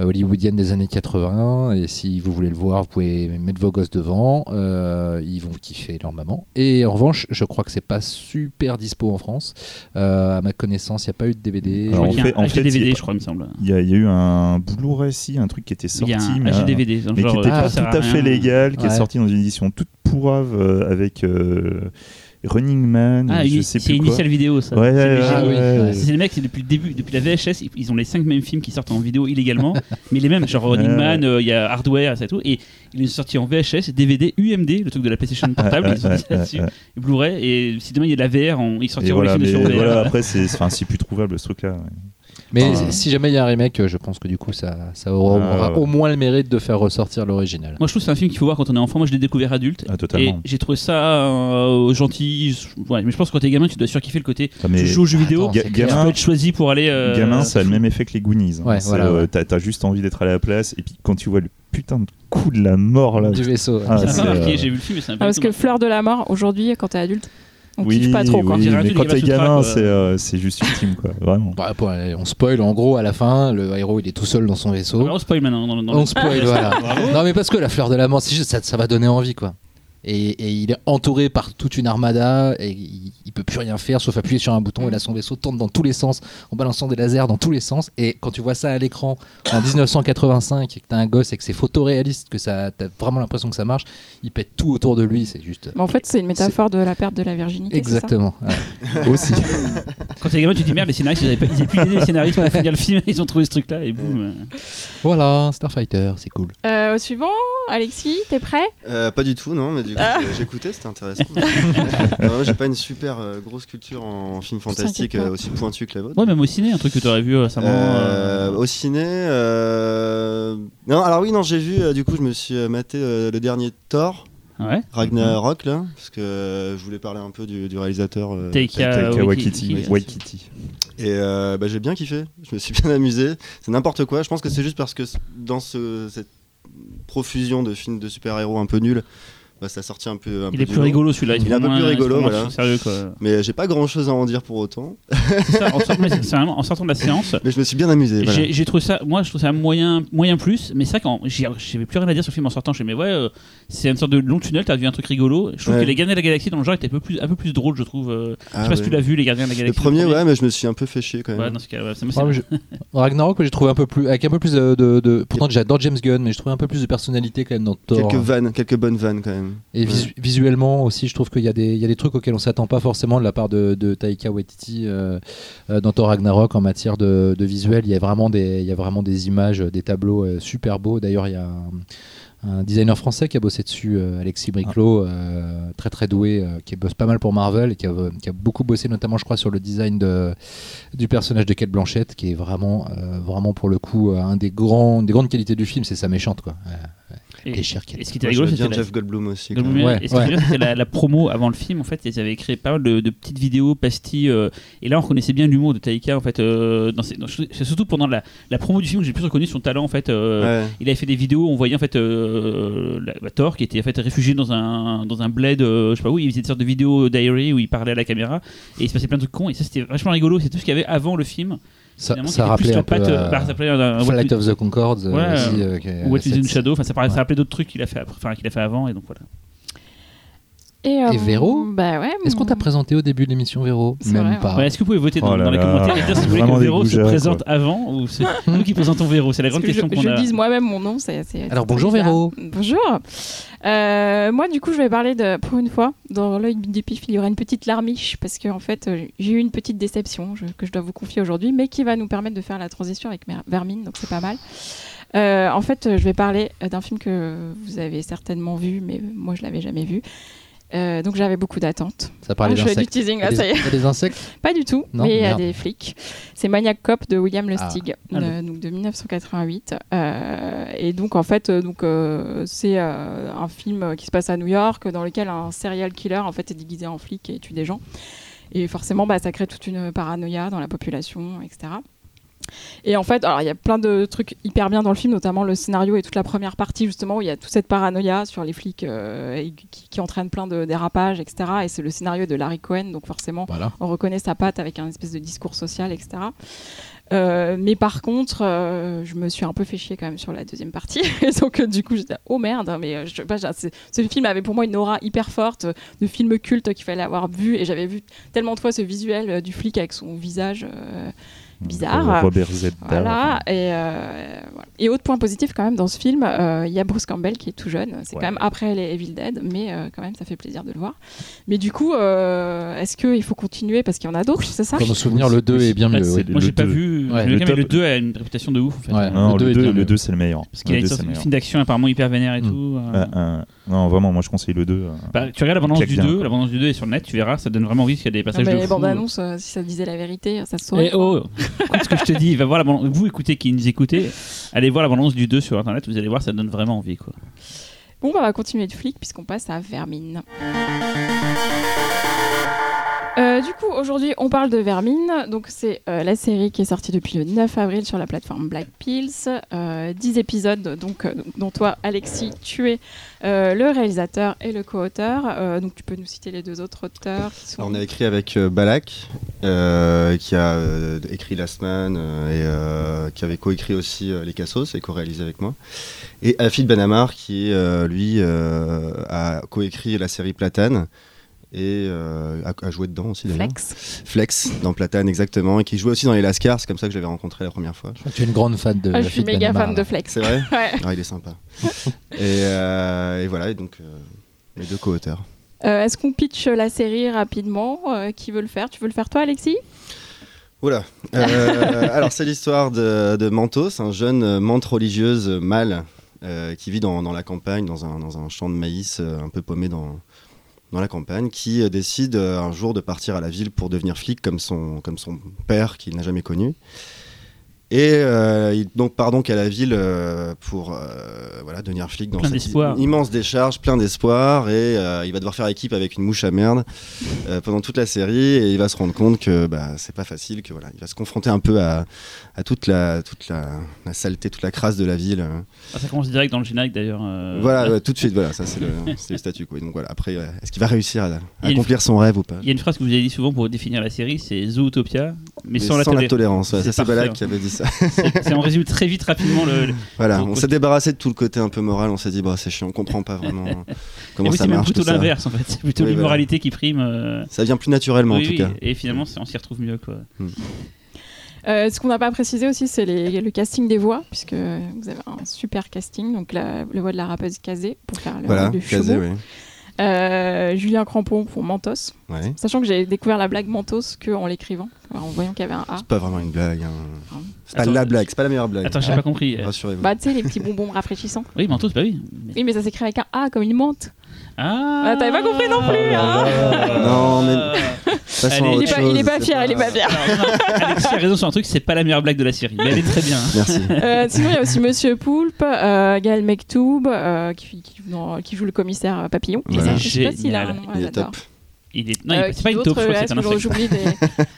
hollywoodienne des années 80. Et si vous voulez le voir, vous pouvez mettre vos gosses devant. euh, ils vont kiffer leur maman. Et en revanche, je crois que c'est pas super dispo en France. Euh, à ma connaissance, il n'y a pas eu de DVD.
Alors,
Je crois qu'il y a
en fait-
un
en fait,
HDVD,
il y a
je crois, il me semble.
Il y, a il y a eu un Blu-ray, si, un truc qui était
Il
sorti,
y a un
mais,
HDVD.
mais qui
genre,
n'était
euh,
pas
ça sert
tout à fait
rien.
légal, qui
Ouais.
est sorti dans une édition toute pourrave euh, avec euh, Running Man,
Ah,
et je
ini-
sais
c'est
plus quoi.
Initial Vidéo, ça.
Ouais, ouais,
C'est
ouais,
les
Ah
génies.
oui.
ouais.
ouais.
C'est les mecs, c'est depuis le début, depuis la VHS, ils- ils ont les 5 mêmes films qui sortent en vidéo illégalement, mais les mêmes, genre Running
Ouais, ouais.
Man, euh, il y a Hardware, et tout, et ils sont sortis en VHS, DVD, UMD, le truc de la PlayStation portable,
Ouais,
ils sont sortis
ouais,
là-dessus,
ouais,
et Blu-ray, et si demain il y a de la VR, on- ils
Et
sortiront
voilà,
les
mais
films sur VR.
voilà, après, c'est enfin, c'est plus trouvable ce truc-là. ouais.
Mais
Ah.
si jamais il y a un remake, euh, je pense que du coup, ça, ça aura,
Ah,
aura
ouais.
au moins le mérite de faire ressortir l'original.
Moi je trouve que c'est un film qu'il faut voir quand on est enfant, moi je l'ai découvert adulte,
Ah,
et
totalement.
j'ai trouvé ça euh, gentil, je- ouais, mais je pense que quand t'es gamin, tu dois surkiffer le côté,
Ah, mais
tu joues aux jeux
Attends,
vidéo,
c'est
ga-
clair.
tu
gamin,
peux être choisi pour aller... euh,
gamin, ça a le même effet que les Goonies. hein.
Ouais,
C'est,
voilà,
euh,
ouais.
T'as t'as juste envie d'être à la place, et puis quand tu vois le putain de coup de la mort là.
Du vaisseau. ouais.
Ah,
Ça m'a
c'est,
marqué,
euh,
j'ai vu le film, mais c'est un peu...
Ah, parce que Fleur de la Mort, aujourd'hui, quand t'es adulte, on kiffe pas trop. Quoi.
oui,
J'ai rien
mais
vu
quand
des
t'es
Gamasutra,
gamin,
quoi.
c'est euh, c'est juste ultime, quoi. Vraiment.
Bah, pour- euh, on spoil en gros à la fin, le héros il est tout seul dans son
Ah,
vaisseau.
bah, on spoil maintenant. dans- dans le- Ah,
on spoil, voilà.
Bravo.
Non mais parce que la fleur de la mort, c'est juste, ça, ça va donner envie quoi. Et, et il est entouré par toute une armada et il, il peut plus rien faire sauf appuyer sur un bouton et là son vaisseau tourne dans tous les sens en balançant des lasers dans tous les sens. Et quand tu vois ça à l'écran en 1985 et que t'as un gosse et que c'est photoréaliste, que ça, t'as vraiment l'impression que ça marche, il pète tout autour de lui, c'est juste.
Mais en fait, c'est une métaphore de la perte de la virginité. c'est ça
Exactement.
Aussi.
Quand t'es gamin, tu te dis merde, les scénaristes, ils avaient, pas, ils avaient plus d'idées, les scénaristes, pour finir le film, ils ont trouvé ce truc-là, et boum.
voilà, Starfighter, c'est cool.
Euh, au suivant, Alexis, t'es prêt
Euh, pas du tout, non, mais du coup,
Ah.
j'ai- j'écoutais, c'était intéressant. Non, J'ai pas une super euh, grosse culture en, en film fantastique
t'inquiète pas.
euh, aussi pointue que la vôtre.
Ouais, même au ciné, un truc que t'aurais vu récemment.
Euh,
euh,
au ciné, euh, non, alors oui, non, j'ai vu, euh, du coup, je me suis euh, maté euh, le dernier Thor,
euh, Ouais. Mhm.
Ragnarok, là, parce que euh, je voulais parler un peu du, du réalisateur. euh,
Taika
Taika
Waititi.
Waititi. Waititi.
Et euh, bah, j'ai bien kiffé, je me suis bien amusé. C'est n'importe quoi, je pense que c'est juste parce que c- dans ce- cette profusion de films de super-héros un peu nuls, bah, ça sortit un peu. un peu
Il est
du
plus
lot.
rigolo celui-là.
Il est un peu
moins-
plus rigolo,
moins
voilà.
Sérieux quoi.
Mais j'ai pas grand chose à en dire pour autant.
C'est ça, en, sortant, mais c'est vraiment- en sortant de la séance,
Mais je me suis bien amusé. voilà.
j'ai j'ai trouvé ça, moi je trouve ça moyen, moyen plus, mais ça quand j'ai- j'avais plus rien à dire sur le film en sortant, je me suis dit, mais ouais, euh, c'est une sorte de long tunnel, t'as vu un truc rigolo. Je trouve
Ouais.
que les Gardiens de la Galaxie dans le genre étaient un peu plus, un peu plus drôles, je trouve. euh, je
Ah,
sais pas si
ouais.
tu l'as vu, les Gardiens de la
Le
Galaxie.
premier, ouais, mais je me suis un peu fait chier quand même.
Ouais, dans ce cas, ouais, c'est- moi, c'est-
Ouais, mais je- Ragnarok, moi, j'ai trouvé un peu plus, avec un peu plus de, de- de- pourtant j'adore James Gunn, mais je trouve un peu plus de personnalité quand même dans Thor.
quelques vannes, quelques bonnes vannes quand même.
Et visu- visuellement aussi, je trouve qu'il y, a des- il y a des trucs auxquels on s'attend pas forcément de la part de, de Taika Waititi euh, euh, dans Thor Ragnarok en matière de, de visuel. Il y a vraiment des, il y a vraiment des images, euh, des tableaux euh, super beaux. D'ailleurs, il y a un, un designer français qui a bossé dessus, euh, Alexis Briclot,
Ah.
euh, très très doué, euh, qui bosse pas mal pour Marvel et qui a, qui a beaucoup bossé, notamment je crois, sur le design de, du personnage de Kate Blanchett, qui est vraiment, euh, vraiment pour le coup, euh, un des grands, des grandes qualités du film, c'est sa méchante quoi. Euh,
et-
elle est chère, Kate.
et ce qui était
Moi,
rigolo,
j'aime
c'était
bien
la-
Jeff Goldblum aussi. quand
Goldblum,
même.
Ouais,
et ce qui est bien, c'était la, la promo avant le film en fait ils avaient créé pas mal de, de petites vidéos pastilles euh, et là on reconnaissait bien l'humour de Taika en fait euh, dans ses- dans- c'est surtout pendant la, la promo du film que j'ai plus reconnu son talent en fait euh,
Ouais.
il avait fait des vidéos où on voyait en fait euh, la- bah, Thor qui était en fait réfugié dans un dans un bled euh, je sais pas où il faisait des sortes de vidéos diary où il parlait à la caméra et il se passait plein de trucs cons et ça c'était vachement rigolo c'est tout ce qu'il y avait avant le film
Ça,
finalement,
ça
qui était
rappelait
plus la
un peu.
patte, euh,
euh,
bah, ça rappelait un- un-
Flight of the Concorde
Ouais,
aussi, euh, qui est-
What is in
cette-
Shadow enfin ça, par- ça
Ouais.
rappelait d'autres trucs qu'il a fait après- enfin qu'il a fait avant et donc voilà
Et, euh,
Et Véro
bah ouais,
Est-ce qu'on t'a
mon-
présenté au début de l'émission Véro
C'est
Même
vrai,
pas.
Ouais, Est-ce que vous pouvez voter
Oh
dans,
là
dans les
là.
commentaires et dire si vous voulez que
Vraiment des
Véro se
goujats,
présente avant ou c'est nous qui présentons Véro C'est la grande
Parce que
question
je,
qu'on
je
a.
dise moi-même mon nom, c'est c'est- c'est
Alors,
très
bonjour,
bizarre.
Véro.
Bonjour. Euh, moi, du coup, je vais parler de, pour une fois, dans l'œil du pif, il y aura une petite larmiche parce que en fait, euh, j'ai eu une petite déception je- que je dois vous confier aujourd'hui, mais qui va nous permettre de faire la transition avec Mer- Vermine, donc c'est pas mal. Euh, en fait, euh, je vais parler euh, d'un film que vous avez certainement vu, mais euh, moi, je l'avais jamais vu. Euh, donc j'avais beaucoup d'attentes.
Ça parlait
Ah, je fais du
d'insectes.
teasing
Il y a
là,
des-
ça y est.
il y a des insectes
Pas du tout,
Non,
mais il y a
merde.
des flics. C'est Maniac Cop de William
Ah.
Lustig,
Ah,
euh, donc de 1988. Euh, et donc en fait, euh, donc euh, c'est euh, un film euh, qui se passe à New York, dans lequel un serial killer en fait est déguisé en flic et tue des gens. Et forcément, bah, ça crée toute une paranoïa dans la population, etc. Et en fait, alors il y a plein de trucs hyper bien dans le film, notamment le scénario et toute la première partie justement où il y a toute cette paranoïa sur les flics euh, et qui, qui entraîne plein de dérapages, etc. Et c'est le scénario de Larry Cohen, donc forcément
Voilà.
on reconnaît sa patte avec un espèce de discours social, etc. Euh, mais par contre, euh, je me suis un peu fait chier quand même sur la deuxième partie. Et donc, euh, du coup, j'étais oh merde, hein, mais euh, je sais pas, j'ai- c'est- ce film avait pour moi une aura hyper forte euh, de film culte qu'il fallait avoir vu. Et j'avais vu tellement de fois ce visuel euh, du flic avec son visage. euh, Bizarre.
Robert Z.
voilà. Et, euh, voilà. et autre point positif quand même dans ce film, euh, il y a Bruce Campbell qui est tout jeune. C'est
Ouais.
quand même après les Evil Dead, mais euh, quand même ça fait plaisir de le voir. Mais du coup, euh, est-ce qu'il faut continuer parce qu'il y en a d'autres, c'est ça
Pour nos souvenirs, le 2 est bien
Ouais,
mieux.
c'est-
oui.
le
Moi j'ai pas
deux.
vu.
Ouais,
le
le
gars, mais le
top.
2 a une réputation de ouf en fait.
Ouais.
hein.
Non,
Le deux
le
est bien
2,
mieux.
le 2 c'est le meilleur.
Parce qu'il a
Le
une
deux,
sorte
c'est le
de
meilleur.
film d'action apparemment hyper vénère et
Mm.
tout. euh.
Ah, ah, non, vraiment, moi je conseille le euh, 2.
Bah, tu regardes l'abondance
Claque
du
bien,
2,
quoi.
l'abondance du 2 est sur le net, tu verras, ça donne vraiment envie parce qu'il y a des
Non,
passages
Ah, mais
de
les
Ah, fou.
bandes annonces, euh, si ça disait la vérité, ça se saurait.
Eh oh, écoute ce que je te dis, va voir la bande- vous écoutez qui nous écoutez, allez voir l'abondance du 2 sur internet, vous allez voir, ça donne vraiment envie quoi.
Bon, bah, on va continuer de flic puisqu'on passe à Vermine. Euh, du coup, aujourd'hui, on parle de Vermine. Donc, c'est euh, la série qui est sortie depuis le 9 avril sur la plateforme Black Pills. Euh, 10 épisodes, donc, euh, dont toi, Alexis, tu es euh, le réalisateur et le co-auteur. Euh, donc, tu peux nous citer les deux autres auteurs qui sont.
Alors, on a écrit avec euh, Balak, euh, qui a euh, écrit Last Man euh, et euh, qui avait coécrit aussi euh, Les Cassos et co-réalisé avec moi. Et Afid Benamar, qui euh, lui euh, a coécrit la série Platane et euh, a, a joué dedans aussi d'ailleurs.
Flex.
Flex dans Platane exactement et qui jouait aussi dans les Lascars, c'est comme ça que je l'avais rencontré la première fois.
Tu es une grande fan de.
Ah, je
la
suis
fille de
méga
Danemar,
fan
là.
de Flex.
C'est vrai
Ouais.
Ah, il est sympa. et, euh, et voilà, et donc euh, les deux co-auteurs.
Euh, Est-ce qu'on pitch la série rapidement Euh, Qui veut le faire Tu veux le faire toi, Alexis
Oula. Euh, alors, c'est l'histoire de, de Mantos, un jeune euh, mante religieuse euh, mâle euh, qui vit dans, dans la campagne, dans un, dans un champ de maïs euh, un peu paumé dans, dans la campagne, qui euh, décide euh, un jour de partir à la ville pour devenir flic comme son, comme son père qu'il n'a jamais connu. Et euh, il donc part donc à la ville euh, pour euh, voilà, devenir flic dans
Plein
cette
d'espoir.
immense décharge, plein d'espoir. Et euh, il va devoir faire équipe avec une mouche à merde euh, pendant toute la série. Et il va se rendre compte que bah, c'est pas facile, que voilà, il va se confronter un peu à, à toute, la, toute la, la saleté, toute la crasse de la ville. euh.
Ah, ça commence direct dans le générique d'ailleurs. euh,
voilà, ouais, tout de suite, voilà, ça c'est le, c'est le statu quo. Et donc voilà, après, euh, est-ce qu'il va réussir à, à
Il y a une-
accomplir son rêve ou pas
Il y a une phrase que vous avez dit souvent pour définir la série, c'est Zootopia, mais, sans, la tolérance.
tolérance. ouais,
C'est
ça, c'est
parfait,
Balak
hein.
qui avait dit ça.
C'est- c'est- on résume très vite rapidement le. le-
Voilà,
Donc,
on
au-
s'est débarrassé de tout le côté un peu moral, on s'est dit, bah, c'est chiant, on comprend pas vraiment
Et
comment
oui,
ça
c'est même
marche.
plutôt
tout ça.
l'inverse en fait. C'est plutôt
Oui,
l'immoralité qui prime. euh,
Ça vient plus naturellement
oui,
en tout
oui,
cas.
Et finalement, c'est- on s'y retrouve mieux quoi.
Euh, ce qu'on n'a pas précisé aussi, c'est les- le casting des voix, puisque vous avez un super casting. Donc, la, le voix de la rappeuse Kazé pour faire le
Voilà,
rôle de
casé,
Chobo.
oui.
Euh, Julien Crampon pour Mentos.
Ouais.
Sachant que j'ai découvert la blague Mentos qu'en l'écrivant, en voyant qu'il y avait un A.
C'est pas vraiment une blague. hein.
Pardon.
C'est pas
Attends,
la blague, c'est pas la meilleure blague.
Attends, j'ai pas compris. euh,
Rassurez-vous.
Bah, tu sais, les petits bonbons rafraîchissants.
Oui, Mantos, bah oui. Mais-
Oui, mais ça s'écrit avec un A comme une menthe.
Ah,
Ah, t'avais pas compris non plus,
oh
hein. Non, mais- Passons
Allez,
à
il
Il
autre
est, pas,
chose,
il est pas
c'est
fier, il est pas fier.
Alors, non, Alexis a raison sur un truc, c'est pas la meilleure blague de la série, mais elle est très bien. hein.
Merci.
Euh, sinon, il y a aussi Monsieur Poulpe, euh, Gaël Mektoub, euh, qui, qui- non, qui joue le commissaire Papillon.
Voilà.
Et ça, Je sais pas s'il a un
Génial.
nom,
Il est
j'adore.
top.
Il est... Non,
Euh,
il-
qui
c'est pas une taupe,
d'autre,
je crois que
euh,
c'est un
est-ce que
insecte.
j'oublie des-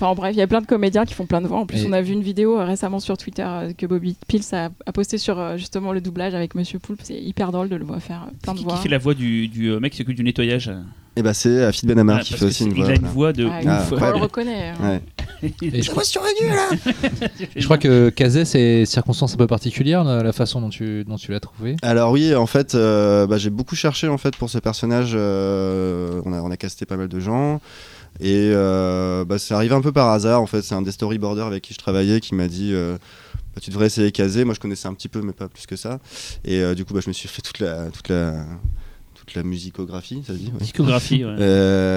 Enfin bref, il y a plein de comédiens qui font plein de voix. En plus,
Et-
on a vu une vidéo euh, récemment sur Twitter euh, que Bobby Pils a, a posté sur euh, justement le doublage avec Monsieur Poulpe. C'est hyper drôle de le voir faire euh, plein de
Qui,
voix.
qui fait la voix du, du euh, mec qui s'occupe du nettoyage euh,
Et bah, c'est Afid Benamar
ah,
qui
parce
fait
que
aussi
c'est-
une voix.
Il a une
voilà.
voix de
Ah,
Ah,
ouf.
Enfin, on le
Ouais.
reconnaît. euh.
Ouais.
Et je, crois,
Je
je crois que Kazé, c'est circonstance un peu particulière, la façon dont tu, dont tu l'as trouvé.
Alors oui, en fait, euh, bah, j'ai beaucoup cherché en fait pour ce personnage. euh, on, a, on a casté pas mal de gens. Et euh, bah, c'est arrivé un peu par hasard. En fait, c'est un des storyboarders avec qui je travaillais qui m'a dit euh, bah, tu devrais essayer Kazé. Moi, je connaissais un petit peu, mais pas plus que ça. Et euh, du coup, bah, je me suis fait toute la toute la toute la musicographie, ça se dit. ouais.
Discographie, ouais.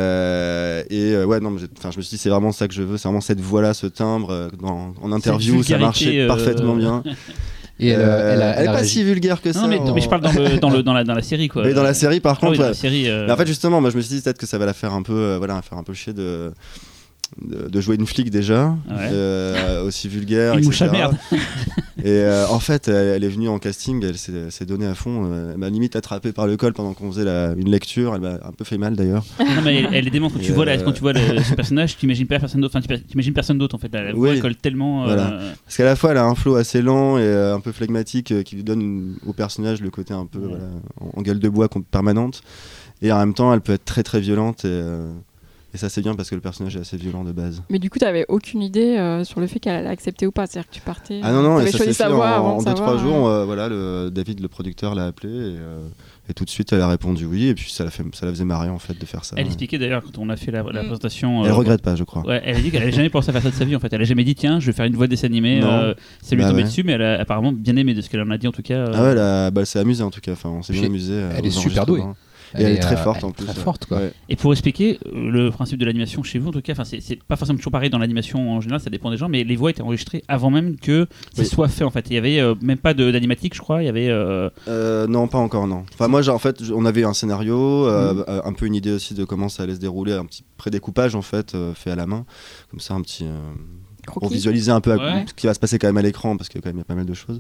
Euh, et euh, ouais, non, mais j'ai- enfin, je me suis dit, c'est vraiment ça que je veux, c'est vraiment cette voix-là, ce timbre. euh, dans- en interview, ça
vulgarité,
marchait
euh,
parfaitement bien.
Et elle,
Euh,
euh, elle a-
elle
elle
est
a
pas
réagi.
si vulgaire que ça.
Non, mais,
en-
mais je parle dans, le, dans, le, dans, la, dans la série, quoi.
mais dans la série, par
Ah oui,
contre,
dans la
ouais.
série. euh,
Mais en fait, justement, moi, je me suis dit peut-être que ça va la faire un peu, euh, voilà, faire un peu chier de de, de jouer une flic déjà,
Ouais.
euh, aussi vulgaire,
Une
etc.
mouche à merde.
Et euh, en fait, elle, elle est venue en casting, elle s'est s'est donnée à fond. euh, Elle m'a limite attrapé par le col pendant qu'on faisait la- une lecture. Elle m'a un peu fait mal d'ailleurs.
Non, mais elle, elle est dément. Quand tu
Et
vois, la-
euh,
quand tu vois le, ce personnage, tu imagines pas personne d'autre. Enfin, tu per- tu imagines personne d'autre, en fait. La, la voix,
Oui.
elle colle tellement. euh,
Voilà. Parce qu'à la fois, elle a un flow assez lent et euh, un peu flegmatique euh, qui lui donne une- au personnage le côté un peu
Ouais.
voilà, en, en gueule de bois con- permanente. Et en même temps, elle peut être très très violente. Et, euh, et ça, c'est bien parce que le personnage est assez violent de base.
Mais du coup, t'avais aucune idée euh, sur le fait qu'elle allait accepter ou pas. C'est-à-dire que tu partais.
Ah non, non,
t'avais
et ça
choisi
s'est
sa
fait en,
voix avant de
en deux,
savoir,
trois
euh,
jours. euh, voilà, le, David, le producteur, l'a appelé et, euh, et tout de suite, elle a répondu oui. Et puis, ça la, fait, ça la faisait marrer en fait de faire ça.
Elle expliquait d'ailleurs, quand on a fait la, la
Mm.
présentation.
Elle
euh,
regrette pas, je crois.
Ouais, elle a dit qu'elle avait jamais pensé à faire ça de sa vie en fait. Elle a jamais dit tiens, je vais faire une voix de dessin animé.
Non.
euh, ça lui est
Bah
tombé
ouais.
dessus, mais elle a apparemment bien aimé de ce qu'elle en a dit en tout cas. euh,
Ah ouais, elle, a- bah, elle s'est amusée en tout cas. Enfin, on s'est
Puis
bien amusé. euh,
elle est
aux
super douée.
enregistrements. Et elle est très
euh,
forte
elle
en
est
plus.
Très
ouais.
forte, quoi.
Ouais.
Et pour expliquer euh, le principe de l'animation chez vous, en tout cas, enfin c'est- c'est pas forcément toujours pareil dans l'animation en général, ça dépend des gens, mais les voix étaient enregistrées avant même que ce
Oui.
soit fait en fait. Il y avait euh, même pas de- d'animatique, je crois. Il y avait. euh,
Euh, non, pas encore, non. Enfin, moi, j'ai- en fait, j- on avait un scénario, euh,
Mm.
euh, un peu une idée aussi de comment ça allait se dérouler, un petit prédécoupage en fait, euh, fait à la main, comme ça, un petit. euh, pour
croquis.
visualiser un peu à-
Ouais.
ce qui va se passer quand même à l'écran, parce qu'il y a quand même il y a pas mal de choses.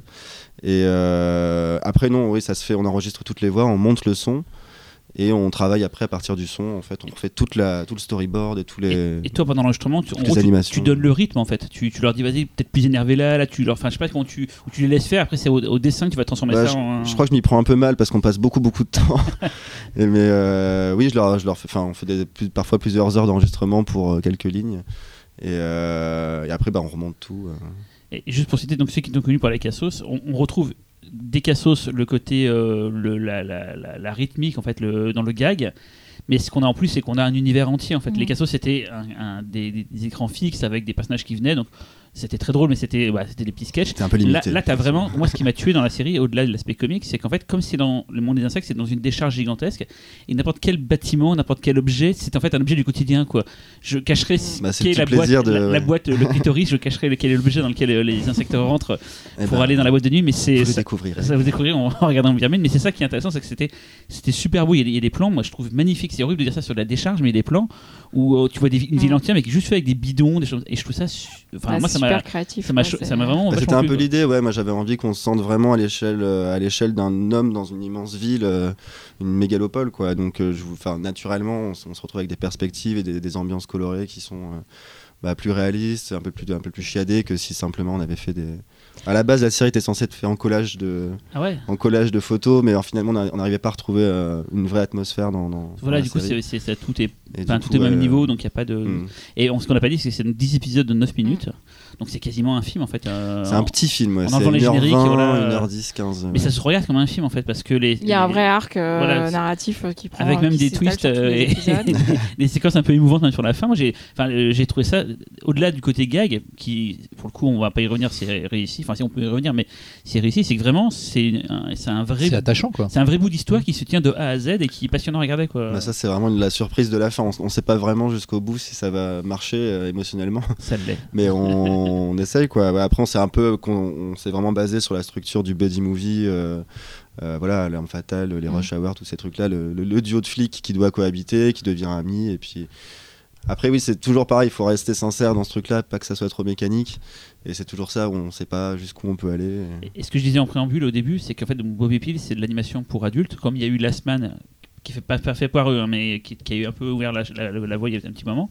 Et euh, après, non, oui, ça se fait, on enregistre toutes les voix, on monte le son. Et on travaille après à partir du son, en fait, on refait toute la, tout le storyboard et tous les.
Et, et toi pendant l'enregistrement, tu, en
Toutes
gros,
les
tu-
animations.
tu donnes le rythme en fait. Tu, tu leur dis vas-y peut-être plus énervé là, là tu leur, enfin je sais pas comment tu, ou tu les laisses faire. Après c'est au, au dessin que tu vas transformer
Bah,
ça en.
Je crois que je m'y prends un peu mal parce qu'on passe beaucoup beaucoup de temps. Et mais euh, oui, je leur, je leur fais, enfin, on fait des- plus- parfois plusieurs heures d'enregistrement pour euh, quelques lignes. Et, euh, et après, bah, on remonte tout. euh.
Et juste pour citer donc ceux qui sont connus pour les Cassos, on, on retrouve des Cassos le côté euh, le- la, la- la- la rythmique en fait le, dans le gag. Mais ce qu'on a en plus, c'est qu'on a un univers entier. En fait,
Mhm.
les Cassos c'était un, un- des, des- des écrans fixes avec des personnages qui venaient, donc c'était très drôle, mais c'était bah, c'était des petits sketchs.
C'était un peu
Là,
limité.
là t'as vraiment. Moi, ce qui m'a tué dans la série, au-delà de l'aspect comique, c'est qu'en fait, comme c'est dans le monde des insectes, c'est dans une décharge gigantesque, et n'importe quel bâtiment, n'importe quel objet, c'est en fait un objet du quotidien, quoi. Je cacherai ce
Bah, c'est
qu'est
le
la
petit
boîte,
plaisir de-
la, la boîte, le clitoris, je cacherai lequel est l'objet dans lequel euh, les insectes rentrent
Et
pour
bah,
aller dans la boîte de nuit, mais c'est.
vous le
Ça,
découvrirez.
ça vous découvrir en regardant le pyramide, mais c'est ça qui est intéressant, c'est que c'était c'était super beau. Il y, a, des- il y a des plans, moi je trouve magnifique. C'est horrible de dire ça sur la décharge, mais il y a des plans où euh, tu vois des, vi- une ville
Mm.
entière, mais qui est juste fait avec des bidons, des choses. Et je trouve ça. su- Enfin,
Ah,
moi
c'est
ça
super créatif.
ça m'a
quoi,
cho-
c'est-
ça m'a vraiment
Bah,
vachement
C'était un
plu,
peu
quoi.
l'idée, ouais. Moi, j'avais envie qu'on se sente vraiment à l'échelle, euh, à l'échelle d'un homme dans une immense ville, euh, une mégalopole, quoi. Donc, euh, je vous, enfin, naturellement, on, s- on se retrouve avec des perspectives et des, des ambiances colorées qui sont euh, bah, plus réalistes, un peu plus, un peu plus chiadées que si simplement on avait fait des. À la base, la série était censée être faite en collage de,
Ah ouais
en collage de photos, mais alors, finalement, on a- on n'arrivait pas à retrouver euh, une vraie atmosphère dans. dans- dans
Voilà,
la
du coup,
série.
c'est c'est- ça, tout est,
Et
enfin,
du
tout
coup,
est au même
ouais,
niveau, donc il n'y a pas de.
hmm.
Et on, ce qu'on n'a pas dit, c'est que c'est 10 épisodes de
Hmm.
9 minutes, donc c'est quasiment un film en fait. euh,
C'est un
en-
petit film, ouais.
en
C'est
enlevant les
1h20,
génériques, voilà.
1h10, 15.
Mais
ouais.
ça se regarde comme un film en fait, parce que les.
Il y a un vrai arc euh,
Voilà, c'est-
narratif euh, qui prend
Avec
euh,
même
qui
des
s'étale
twists
sur tous les
euh, et
épisodes.
des séquences un peu émouvantes même sur la fin. Moi, j'ai, enfin, euh, j'ai trouvé ça au-delà du côté gag, qui pour le coup, on va pas y revenir, c'est réussi. Enfin, si on peut y revenir, mais c'est réussi, c'est que vraiment, c'est un, c'est un vrai,
C'est attachant quoi.
c'est un vrai bout d'histoire qui se tient de A à Z et qui est passionnant à regarder quoi.
Hmm. Bah, ça c'est vraiment de la surprise de la fin. On, on sait pas vraiment jusqu'au bout si ça va marcher euh, émotionnellement,
Ça l'est.
mais on, on essaye quoi. Ouais, après on s'est un peu, qu'on- on, s'est vraiment basé sur la structure du buddy movie. euh, euh, voilà, l'arme fatale,
Mm.
les rush hours, tous ces trucs-là, le, le- le duo de flics qui doit cohabiter, qui devient ami, et puis après oui c'est toujours pareil, il faut rester sincère dans ce truc-là, pas que ça soit trop mécanique, et c'est toujours ça où on sait pas jusqu'où on peut aller. et-
Et ce que je disais en préambule au début, c'est qu'en fait, Bobby Peel, c'est de l'animation pour adultes, comme il y a eu Last Man, qui fait pas pas fait poireux, hein, mais qui, qui a eu un peu ouvert la, la- la voie il y a un petit moment.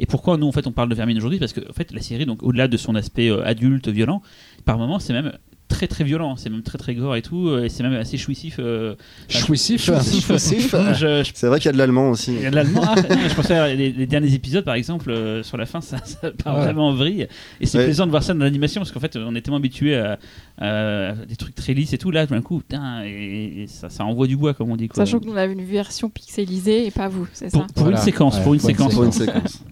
Et pourquoi nous, en fait, on parle de Vermine aujourd'hui Parce que, en fait, la série, donc au-delà de son aspect euh, adulte, violent, par moments, c'est même très très violent, c'est même très très gore et tout, euh, et c'est même assez jouissif. euh, enfin,
Chouissif.
jouissif. je, je-
C'est vrai qu'il y a de l'allemand aussi.
il y a de l'allemand. Ah, non, mais je pensais à les, les derniers épisodes, par exemple, euh, sur la fin, ça, ça part
Ouais.
vraiment en vrille. Et c'est
Ouais.
plaisant de voir ça dans l'animation, parce qu'en fait, on est tellement habitué à, à des trucs très lisses et tout. Là, tout d'un coup, putain, et, et ça, ça envoie du bois, comme on dit. Quoi.
Sachant que nous on avait une version pixelisée et pas vous, c'est
pour,
ça
pour
Voilà.
une séquence,
Ouais,
pour une séquence.
Pour une séquence.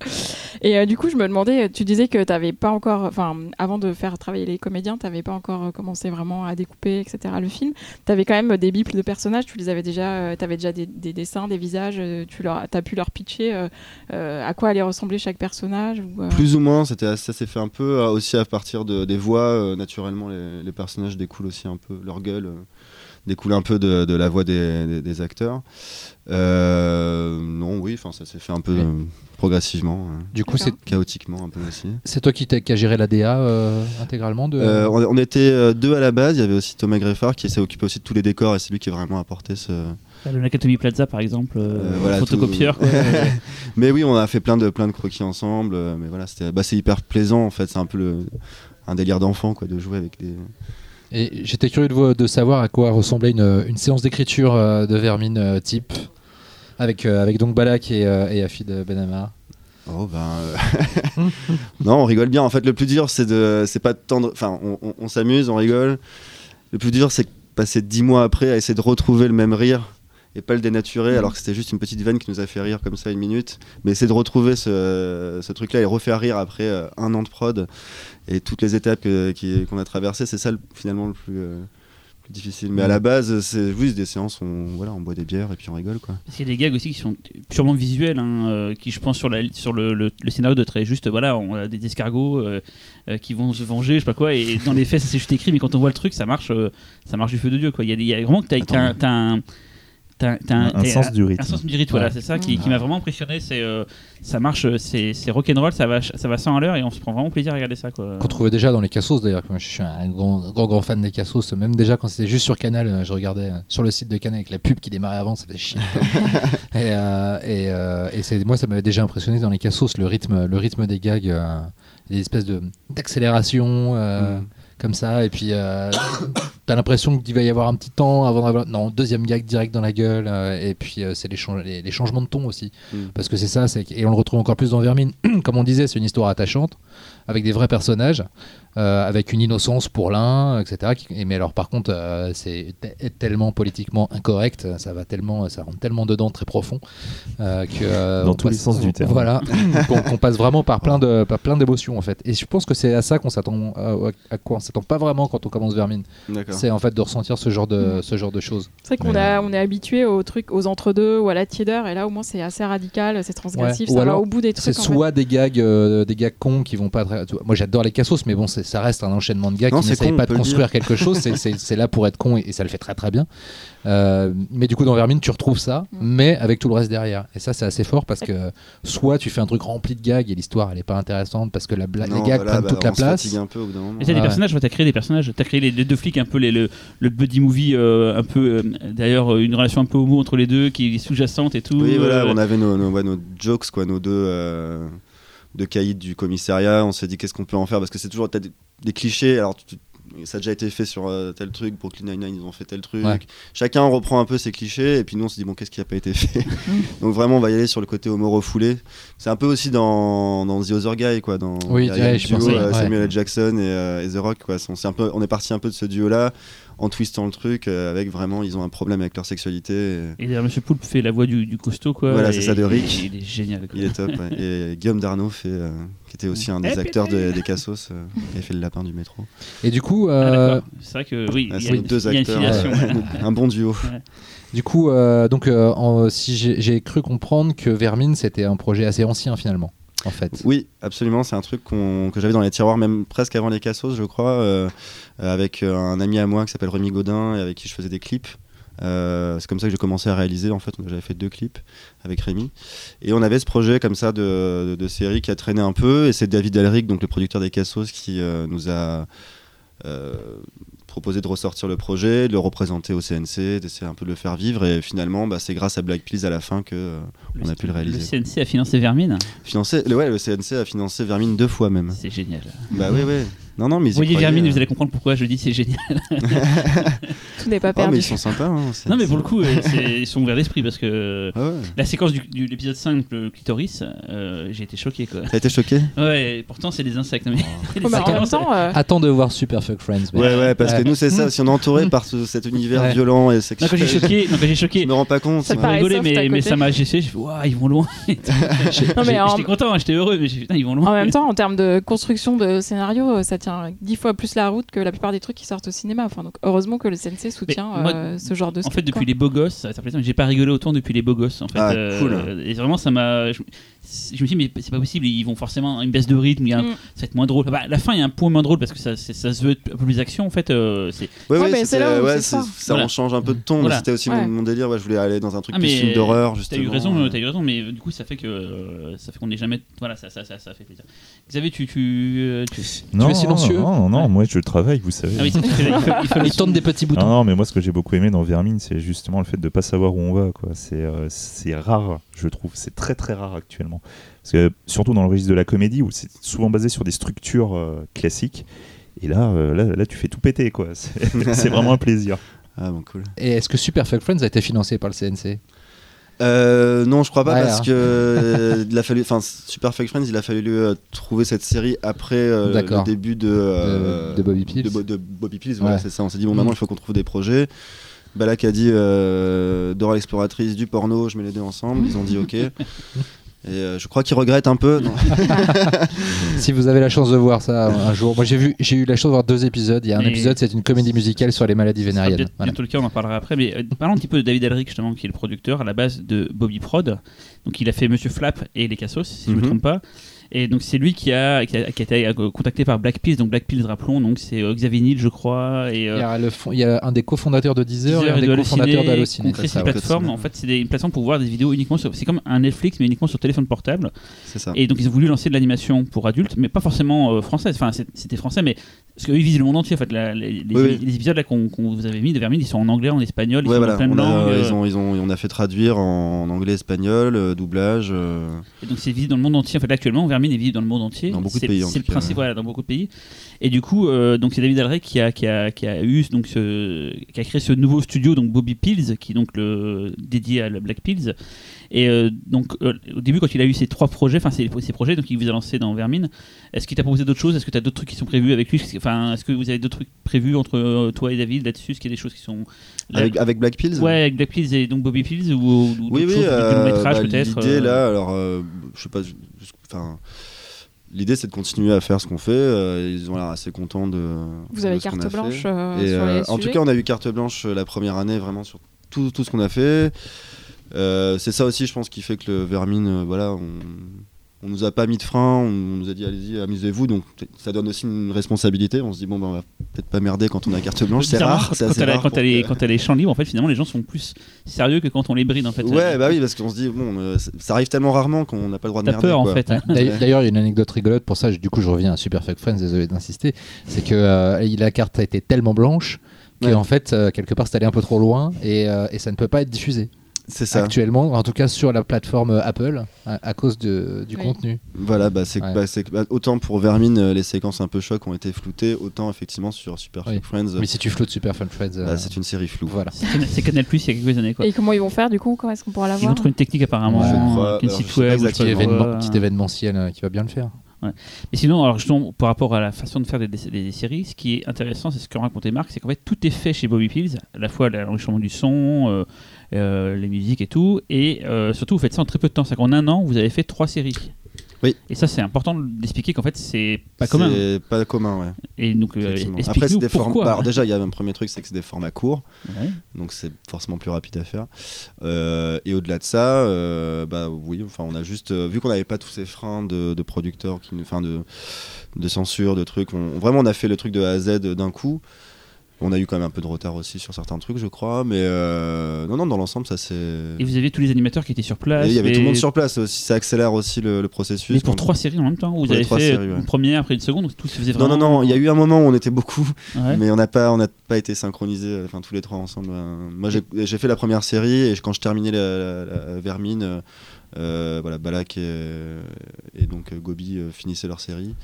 Et euh, du coup, je me demandais, tu disais que t'avais pas encore, enfin, avant de faire travailler les comédiens, t'avais pas encore euh, commencé vraiment à découper, etc. Le film, t'avais quand même euh, des bibles de personnages, tu les avais déjà, euh, t'avais déjà des, des dessins, des visages, euh, tu leur, t'as pu leur pitcher euh, euh, à quoi allait ressembler chaque personnage ou, euh,
Plus ou moins, c'était assez- ça s'est fait un peu euh, aussi à partir de, des voix. euh, naturellement, les, les personnages découlent aussi un peu, leur gueule euh, découle un peu de, de la voix des, des- des acteurs. Euh, non, oui, enfin, ça s'est fait un peu
Ouais.
euh, progressivement, euh,
Du coup, c'est
chaotiquement un peu aussi.
c'est toi qui, t'as- qui as géré la DA euh, intégralement de.
Euh, on, on était euh, deux à la base. Il y avait aussi Thomas Greffard qui s'est occupé aussi de tous les décors et c'est lui qui a vraiment apporté ce,
Le Nakatomi Plaza, par exemple, euh,
Euh, voilà,
photocopieur.
tout-
quoi. Euh,
Mais oui, on a fait plein de plein de croquis ensemble. euh, Mais voilà, c'était bah, c'est hyper plaisant en fait. C'est un peu le- un délire d'enfant quoi, de jouer avec des.
Et j'étais curieux de, vo- de savoir à quoi ressemblait une, une séance d'écriture euh, de Vermine euh, type avec euh, avec donc Balak et, euh, et Afid Benamar.
Oh ben euh, non, on rigole bien. En fait, le plus dur, c'est de, c'est pas de tendre. Enfin, on, on- on s'amuse, on rigole. Le plus dur, c'est de passer dix mois après à essayer de retrouver le même rire et pas le dénaturer, alors que c'était juste une petite veine qui nous a fait rire comme ça une minute. Mais essayer de retrouver ce, ce truc-là et refaire rire après euh, un an de prod et toutes les étapes que- qui- qu'on a traversées, c'est ça le- finalement le plus. euh, plus difficile mais à la base c'est juste des séances où on, voilà, on boit des bières et puis on rigole quoi
Parce qu'il y a des gags aussi qui sont purement visuels, hein, euh, qui je pense sur, la, sur le, le- le scénario de très juste, voilà, on a des escargots euh, euh, qui vont se venger, je sais pas quoi, et dans les faits ça c'est juste écrit, mais quand on voit le truc ça marche, euh, ça marche du feu de Dieu quoi. Il y a, des- il y a vraiment que t'as
Attends,
t'as un- t'as un... t'as- t'as un-
Un
t'as
sens du
un
rythme.
sens du rythme, voilà,
Ouais.
c'est ça qui, qui m'a vraiment impressionné. C'est euh, ça marche, euh, c'est c'est rock'n'roll, ça va, ça va 100 à l'heure et on se prend vraiment plaisir à regarder ça. Quoi.
Qu'on trouvait déjà dans les Cassos d'ailleurs. Moi, je suis un grand, grand grand fan des Cassos. Même déjà quand c'était juste sur Canal, euh, je regardais euh, sur le site de Canal avec la pub qui démarrait avant, ça fait chier. et euh, et, euh, et c'est- moi, ça m'avait déjà impressionné dans les Cassos le rythme le rythme des gags, euh, des espèces de d'accélération. euh,
Mm.
Comme ça, et puis euh, t'as l'impression qu'il va y avoir un petit temps avant d'avoir. Non, deuxième gag direct dans la gueule, euh, et puis euh, c'est les, change- les- les changements de ton aussi.
Mm.
Parce que c'est ça, c'est que- et on le retrouve encore plus dans Vermine. Comme on disait, c'est une histoire attachante, avec des vrais personnages, euh, avec une innocence pour l'un, etc. qui- et- mais alors par contre, euh, c'est te- tellement politiquement incorrect, ça va tellement, ça rentre tellement dedans, très profond, euh, que euh,
Dans
on
tous les sens du terme.
Voilà, qu'on qu'on passe vraiment par plein de, par plein d'émotions en fait. Et je pense que c'est à ça qu'on s'attend, à, à quoi on s'attend pas vraiment quand on commence Vermine.
d'accord
c'est en fait de ressentir ce genre de, ce genre de choses.
C'est vrai qu'on
Mais,
a- on est habitué aux trucs, aux entre-deux ou à la tiédeur, et là au moins c'est assez radical, c'est transgressif,
Ouais. Ou
ça va
alors,
au bout des
C'est
trucs. en fait.
soit des gags, euh, des gags cons qui vont pas. très- tu vois, Moi, j'adore les cassos, mais bon, c'est- ça reste un enchaînement de gags
Non,
qui
c'est
n'essayent
con,
pas
on
de
peut le
construire quelque chose. c'est- C'est c'est là pour être con et, et ça le fait très très bien. Euh, mais du coup, dans Vermine, tu retrouves ça,
Mm.
mais avec tout le reste derrière. Et ça, c'est assez fort parce que soit tu fais un truc rempli de gags et l'histoire elle est pas intéressante parce que la blague, les
Non,
gags
voilà,
prennent
bah,
toute la
on se
place.
fatigue un peu au bout d'un moment.
Et t'as des
Ouais.
personnages, ouais, t'as créé des personnages, t'as créé les, les deux flics un peu les, le, le buddy movie euh, un peu euh, d'ailleurs euh, une relation un peu homo entre les deux qui est sous-jacente et tout.
Oui, voilà,
euh,
on avait nos, nos- ouais, nos jokes, quoi, nos deux, euh, deux caïds du commissariat. On s'est dit qu'est-ce qu'on peut en faire parce que c'est toujours t'as des, des clichés. Alors, tu- tu- ça a déjà été fait sur euh, tel truc. Brooklyn Nine-Nine, ils ont fait tel truc.
Ouais.
Chacun reprend un peu ses clichés et puis nous, on se dit, bon, qu'est-ce qui n'a pas été fait Donc, vraiment, on va y aller sur le côté homo refoulé. C'est un peu aussi dans, dans The Other Guy, quoi. Dans,
Oui,
il y a- il y a
ouais,
le
je
duo,
pensais,
euh,
ouais.
Samuel L. Jackson et, euh, et The Rock, quoi. C'est- c'est un peu, on est parti un peu de ce duo-là en twistant le truc euh, avec vraiment, ils ont un problème avec leur sexualité. et-
Et d'ailleurs, Monsieur Poulpe fait la voix du, du costaud, quoi.
Voilà, c'est
et-
ça, de Rick.
et Il est génial, quoi.
Il est top. ouais. Et Guillaume Darnaud, fait, euh, qui était aussi un des
Eh,
acteurs de-
putain.
des Cassos, euh, qui a fait le lapin du métro.
Et du coup,
Ah,
euh,
d'accord. c'est vrai que oui,
Ah,
il y
c'est
a,
nos
une-
deux
il y a une
acteurs.
filiation.
euh,
ouais.
un bon duo.
Du coup, euh, donc, euh, en- si j'ai j'ai cru comprendre que Vermine, c'était un projet assez ancien finalement, en fait.
Oui, absolument. C'est un truc qu'on- que j'avais dans les tiroirs, même presque avant les Cassos, je crois, euh, avec euh, un ami à moi qui s'appelle Rémi Godin et avec qui je faisais des clips. Euh, c'est comme ça que j'ai commencé à réaliser. En fait, j'avais fait deux clips avec Rémi. Et on avait ce projet comme ça de, de- de série qui a traîné un peu. Et c'est David Elric, donc le producteur des Cassos, qui euh, nous a euh, proposé de ressortir le projet, de le représenter au CNC, d'essayer un peu de le faire vivre. Et finalement, bah, c'est grâce à Black Please à la fin que euh, on a pu le réaliser.
Le CNC a financé Vermine,
financé, le- ouais, le CNC a financé Vermine deux fois même.
c'est génial.
Bah oui, oui. Non, non, mais ils y
Vous voyez
croyaient,
Vermine,
euh.
vous allez comprendre pourquoi je dis c'est génial.
Tout n'est pas
Ah, mais
perdu.
ils sont sympas. hein, c'est-
Non, mais pour le coup, euh, c'est- ils sont ouverts d'esprit parce que euh,
Ah ouais.
la séquence du, du- de l'épisode 5, le clitoris, euh, j'ai été choqué, quoi.
T'as été choqué
Ouais, et pourtant, c'est des insectes. Mais...
Oh, mais en même temps, euh,
Attends de voir Super Fuck Friends. mais-
Ouais, ouais, parce
Ouais.
que nous, c'est ça. Si on est entouré par ce- cet univers
Ouais.
violent et sexuel.
Non, quand j'ai choqué, non, quand j'ai
Je
choqué.
me rends pas compte.
Ça
ouais.
paraît
rigolé,
soft à
mais, mais
côté.
ça m'a gêné. J'ai fait, waouh, ils vont loin.
non, mais
J'ai-
en,
J'étais content, hein, j'étais heureux, mais j'ai fait, putain, ils vont loin.
en même temps, en termes de construction de scénario, euh, ça tient dix fois plus la route que la plupart des trucs qui sortent au cinéma. Enfin, donc heureusement que le CNC soutient
moi,
euh, ce genre de
En
script,
fait, depuis
quoi.
les beaux gosses, ça ça fait plaisir, j'ai pas rigolé autant depuis les beaux gosses. En fait, Euh,
Ah, cool.
Et vraiment, ça m'a. Je, je me suis dit, mais c'est pas possible, ils vont forcément une baisse de rythme, il y a un-
Mm.
ça va être moins drôle. Bah, la fin, il y a un point moins drôle parce que ça, c'est- ça se veut être un peu plus action en fait. euh, c'est-
Ouais,
Ouais,
ouais,
mais c'est
c'était-
là où
ouais,
c'est
c'est-
ça.
ça
Voilà.
en change un peu de ton. mais
Voilà.
C'était aussi
Ouais.
mon, mon délire. Ouais, je voulais aller dans un truc
Ah,
plus
mais
film d'horreur,
T'as
justement.
eu raison, t'as eu raison, mais du coup, ça fait que. euh, ça fait qu'on n'est jamais. Voilà, ça, ça, ça, ça fait plaisir. Xavier, tu. tu, euh, tu...
Non,
es silencieux
Non, non, non,
Ouais.
moi je travaille, vous savez.
Ah oui, c'est il faut- il faut-
Il tente des petits
Non,
boutons.
non, mais moi ce que j'ai beaucoup aimé dans Vermine, c'est justement le fait de pas savoir où on va. quoi. C'est euh, c'est rare, je trouve. C'est très très rare actuellement. Parce que, surtout dans le registre de la comédie, où c'est souvent basé sur des structures euh, classiques. Et là, euh, là, là, tu fais tout péter, quoi. C'est c'est vraiment un plaisir.
Ah, bon, cool.
Et est-ce que Super Fuck Friends a été financé par le CNC
Euh, non, je crois pas
Ouais,
parce
hein.
que euh, il a fallu, enfin, Super Fake Friends, il a fallu euh, trouver cette série après euh,
D'accord.
le début de, euh,
De- de Bobby Pills.
De, Bo- de Bobby Pills, voilà,
Ouais.
c'est ça. On s'est dit bon, maintenant,
Mm.
il faut qu'on trouve des projets. Balak a dit euh, Dora l'exploratrice, du porno, je mets les deux ensemble. Ils ont dit ok. Et euh, je crois qu'ils regrettent un peu. Non.
Si vous avez la chance de voir ça un jour, moi j'ai vu, j'ai eu la chance de voir deux épisodes. Il y a un
Et-
épisode, c'est une comédie musicale sur les maladies
Ce sera
vénériennes.
peut-être
Voilà.
bientôt le cas, on en parlera après. Mais euh, parlons un petit peu de David Alric, justement, qui est le producteur à la base de Bobby Prod. Donc, il a fait Monsieur Flap et Les Cassos, si je ne me
Mhm.
trompe pas. Et donc, c'est lui qui a, qui a, qui a été euh, contacté par Black Pills. Donc, Black Pills, rappelons, donc c'est euh, Xavier Niel, je crois. Et,
Il
euh,
y, a le fond- il y a un des cofondateurs de Deezer, et
Deezer
un
et
des
de
cofondateurs d'Hallociné.
Concret,
c'est
c'est
ça,
une
ouais.
plateforme. En fait, c'est des- une plateforme pour voir des vidéos uniquement sur. C'est comme un Netflix, mais uniquement sur téléphone portable.
C'est ça.
Et donc ils ont voulu lancer de l'animation pour adultes, mais pas forcément euh, française. Enfin, c'est- c'était français, mais parce qu'ils visent le monde entier. En fait, la- les, les-
Oui, oui.
les épisodes là qu'on qu'on vous avait mis de Vermine, ils sont en anglais, en espagnol, ils
Ouais,
sont
voilà.
en plein de
On a,
langues.
euh,
euh,
ils ont, ils ont, on a fait traduire en anglais, espagnol, euh, doublage. euh,
et donc c'est visible dans le monde entier. En fait, là, actuellement, Vermine est visible dans le monde entier.
Dans beaucoup de
C'est-
pays, en
C'est le
tout cas,
principe,
ouais.
voilà, dans beaucoup de pays. Et du coup, euh, donc c'est David Alrey qui a qui a, qui a eu donc ce, qui a créé ce nouveau studio, donc Bobby Pills, qui est donc le dédié à la Black Pills. Et euh, donc euh, au début, quand il a eu ces trois projets, enfin ces, ces projets, donc il vous a lancé dans Vermine. Est-ce qu'il t'a proposé d'autres choses Est-ce que tu as d'autres trucs qui sont prévus avec lui Est-ce que- Enfin, est-ce que vous avez d'autres trucs prévus entre euh, toi et David là-dessus Est-ce qu'il y a des choses qui sont là-
Avec, avec Black Pills
Ouais, avec Black Pills et donc Bobby Pills ou, ou d'autres
oui, oui,
choses, du
euh,
métrage
bah,
peut-être
L'idée
euh,
là, alors, euh, je sais pas, je- je- enfin, L'idée, c'est de continuer à faire ce qu'on fait. euh, ils ont l'air assez contents de.
Vous
de
avez
ce qu'on
carte
a fait.
blanche euh,
Et,
sur les
euh, en
sujets
tout cas, on a eu carte blanche euh, la première année, vraiment sur tout, tout ce qu'on a fait. Euh, c'est ça aussi, je pense, qui fait que le Vermine, euh, voilà, on, on nous a pas mis de frein, on, nous a dit allez-y, amusez-vous. Donc t- ça donne aussi une responsabilité. On se dit bon, ben, on va peut-être pas merder quand on a carte blanche, c'est
Bizarrement,
rare. c'est
Quand
assez
elle,
rare
est- quand
pour
elle est,
que-
quand elle est champ libre, en fait, finalement, les gens sont plus sérieux que quand on les bride, en fait. euh,
Ouais, bah oui, parce qu'on se dit bon, euh, c- ça arrive tellement rarement qu'on n'a pas le droit de
T'as
merder.
peur,
quoi.
en fait. hein.
Ouais.
D'ailleurs, d'ailleurs, il y a une anecdote rigolote pour ça. je- Du coup, je reviens à Super Fuck Friends, désolé d'insister. C'est que euh, la carte a été tellement blanche que,
Ouais.
en fait, euh, quelque part, c'est allé un peu trop loin et, euh, et ça ne peut pas être diffusé
C'est ça.
actuellement, en tout cas sur la plateforme euh, Apple, à, à cause de- du
Oui.
contenu.
Voilà, bah, c'est que-
Ouais.
bah, c'est que- bah, autant pour Vermine, euh, les séquences un peu choc ont été floutées, autant effectivement sur Super
Oui.
Freak Friends,
Mais si tu flottes Super Fun Friends, euh,
bah, c'est une série floue.
voilà.
C'est Canal- C'est Canal Plus il y a quelques années, quoi.
Et comment ils vont faire du coup Quand est-ce qu'on pourra la
Ils ont
voir
trouvé une technique apparemment,
Je
crois,
avec
alors, je
une site
sais pas
web. ou
exactement.
je sais pas
Événement-
quoi.
petit événementiel euh, qui va bien le faire.
Mais sinon, alors justement, par rapport à la façon de faire des, des- des séries, ce qui est intéressant, c'est ce que racontait Marc, c'est qu'en fait tout est fait chez Bobby Pills, à la fois l'enregistrement du son, euh, euh, les musiques et tout, et euh, surtout vous faites ça en très peu de temps, c'est qu'en un an vous avez fait trois séries.
Oui.
Et ça c'est important d'expliquer qu'en fait c'est pas commun.
C'est pas commun, ouais.
Et donc euh,
effectivement. Après, c'est
explique-nous
des formats.
pourquoi.
bah, Alors, déjà, il y a un premier truc, c'est que c'est des formats courts,
Ouais.
donc c'est forcément plus rapide à faire. Euh, et au-delà de ça, euh, bah oui, enfin, on a juste euh, vu qu'on n'avait pas tous ces freins de, de producteurs, qui, nous- enfin, de, de censure, de trucs. On, vraiment, on a fait le truc de A à Z d'un coup. On a eu quand même un peu de retard aussi sur certains trucs, je crois, mais euh, non, non, dans l'ensemble, ça c'est.
Et vous avez tous les animateurs qui étaient sur place.
Et Il y avait
et-
tout le monde sur place aussi, ça accélère aussi le, le processus.
Mais pour
Quand-
trois séries en même temps, vous
Pour les
avez
trois
fait
séries, ouais.
une première après une seconde, donc tout se faisait
Non,
vraiment.
non, non, il y a eu un moment où on était beaucoup,
Ouais.
mais on n'a pas, on n'a pas été synchronisés, euh, enfin tous les trois ensemble. euh. Moi, j'ai j'ai fait la première série et je- quand je terminais la, la- la Vermine, euh, euh, voilà, Balak et, et donc euh, Gobi euh, finissaient leur série.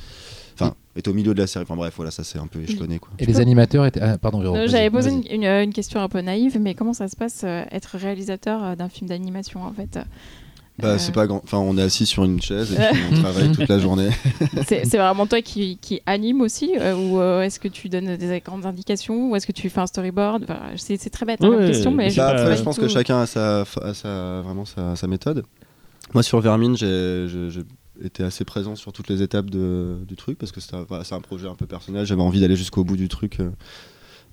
Enfin, était au milieu de la série. Enfin bref, voilà, ça c'est un peu échelonné quoi.
Et les animateurs étaient. ah, pardon, Véro,
Euh,
vas-y,
J'avais posé
vas-y.
une, une- euh, une question un peu naïve, mais comment ça se passe euh, être réalisateur euh, d'un film d'animation en fait
Bah,
Euh,
c'est pas grand. Enfin, on est assis sur une chaise et puis on travaille toute la journée.
C'est c'est vraiment toi qui, qui anime aussi euh, Ou euh, est-ce que tu donnes des grandes indications Ou est-ce que tu fais un storyboard Enfin, C'est c'est très bête hein, comme
Ouais,
question, mais
mais
je,
c'est
Bah,
sais
pas-
pas
après,
du
je pense
tout.
que chacun a sa, a sa- vraiment sa, sa méthode. Moi, sur Vermine, j'ai j'ai- j'ai été assez présent sur toutes les étapes de- du truc parce que c'est un, voilà, c'est un projet un peu personnel. J'avais envie d'aller jusqu'au bout du truc, euh,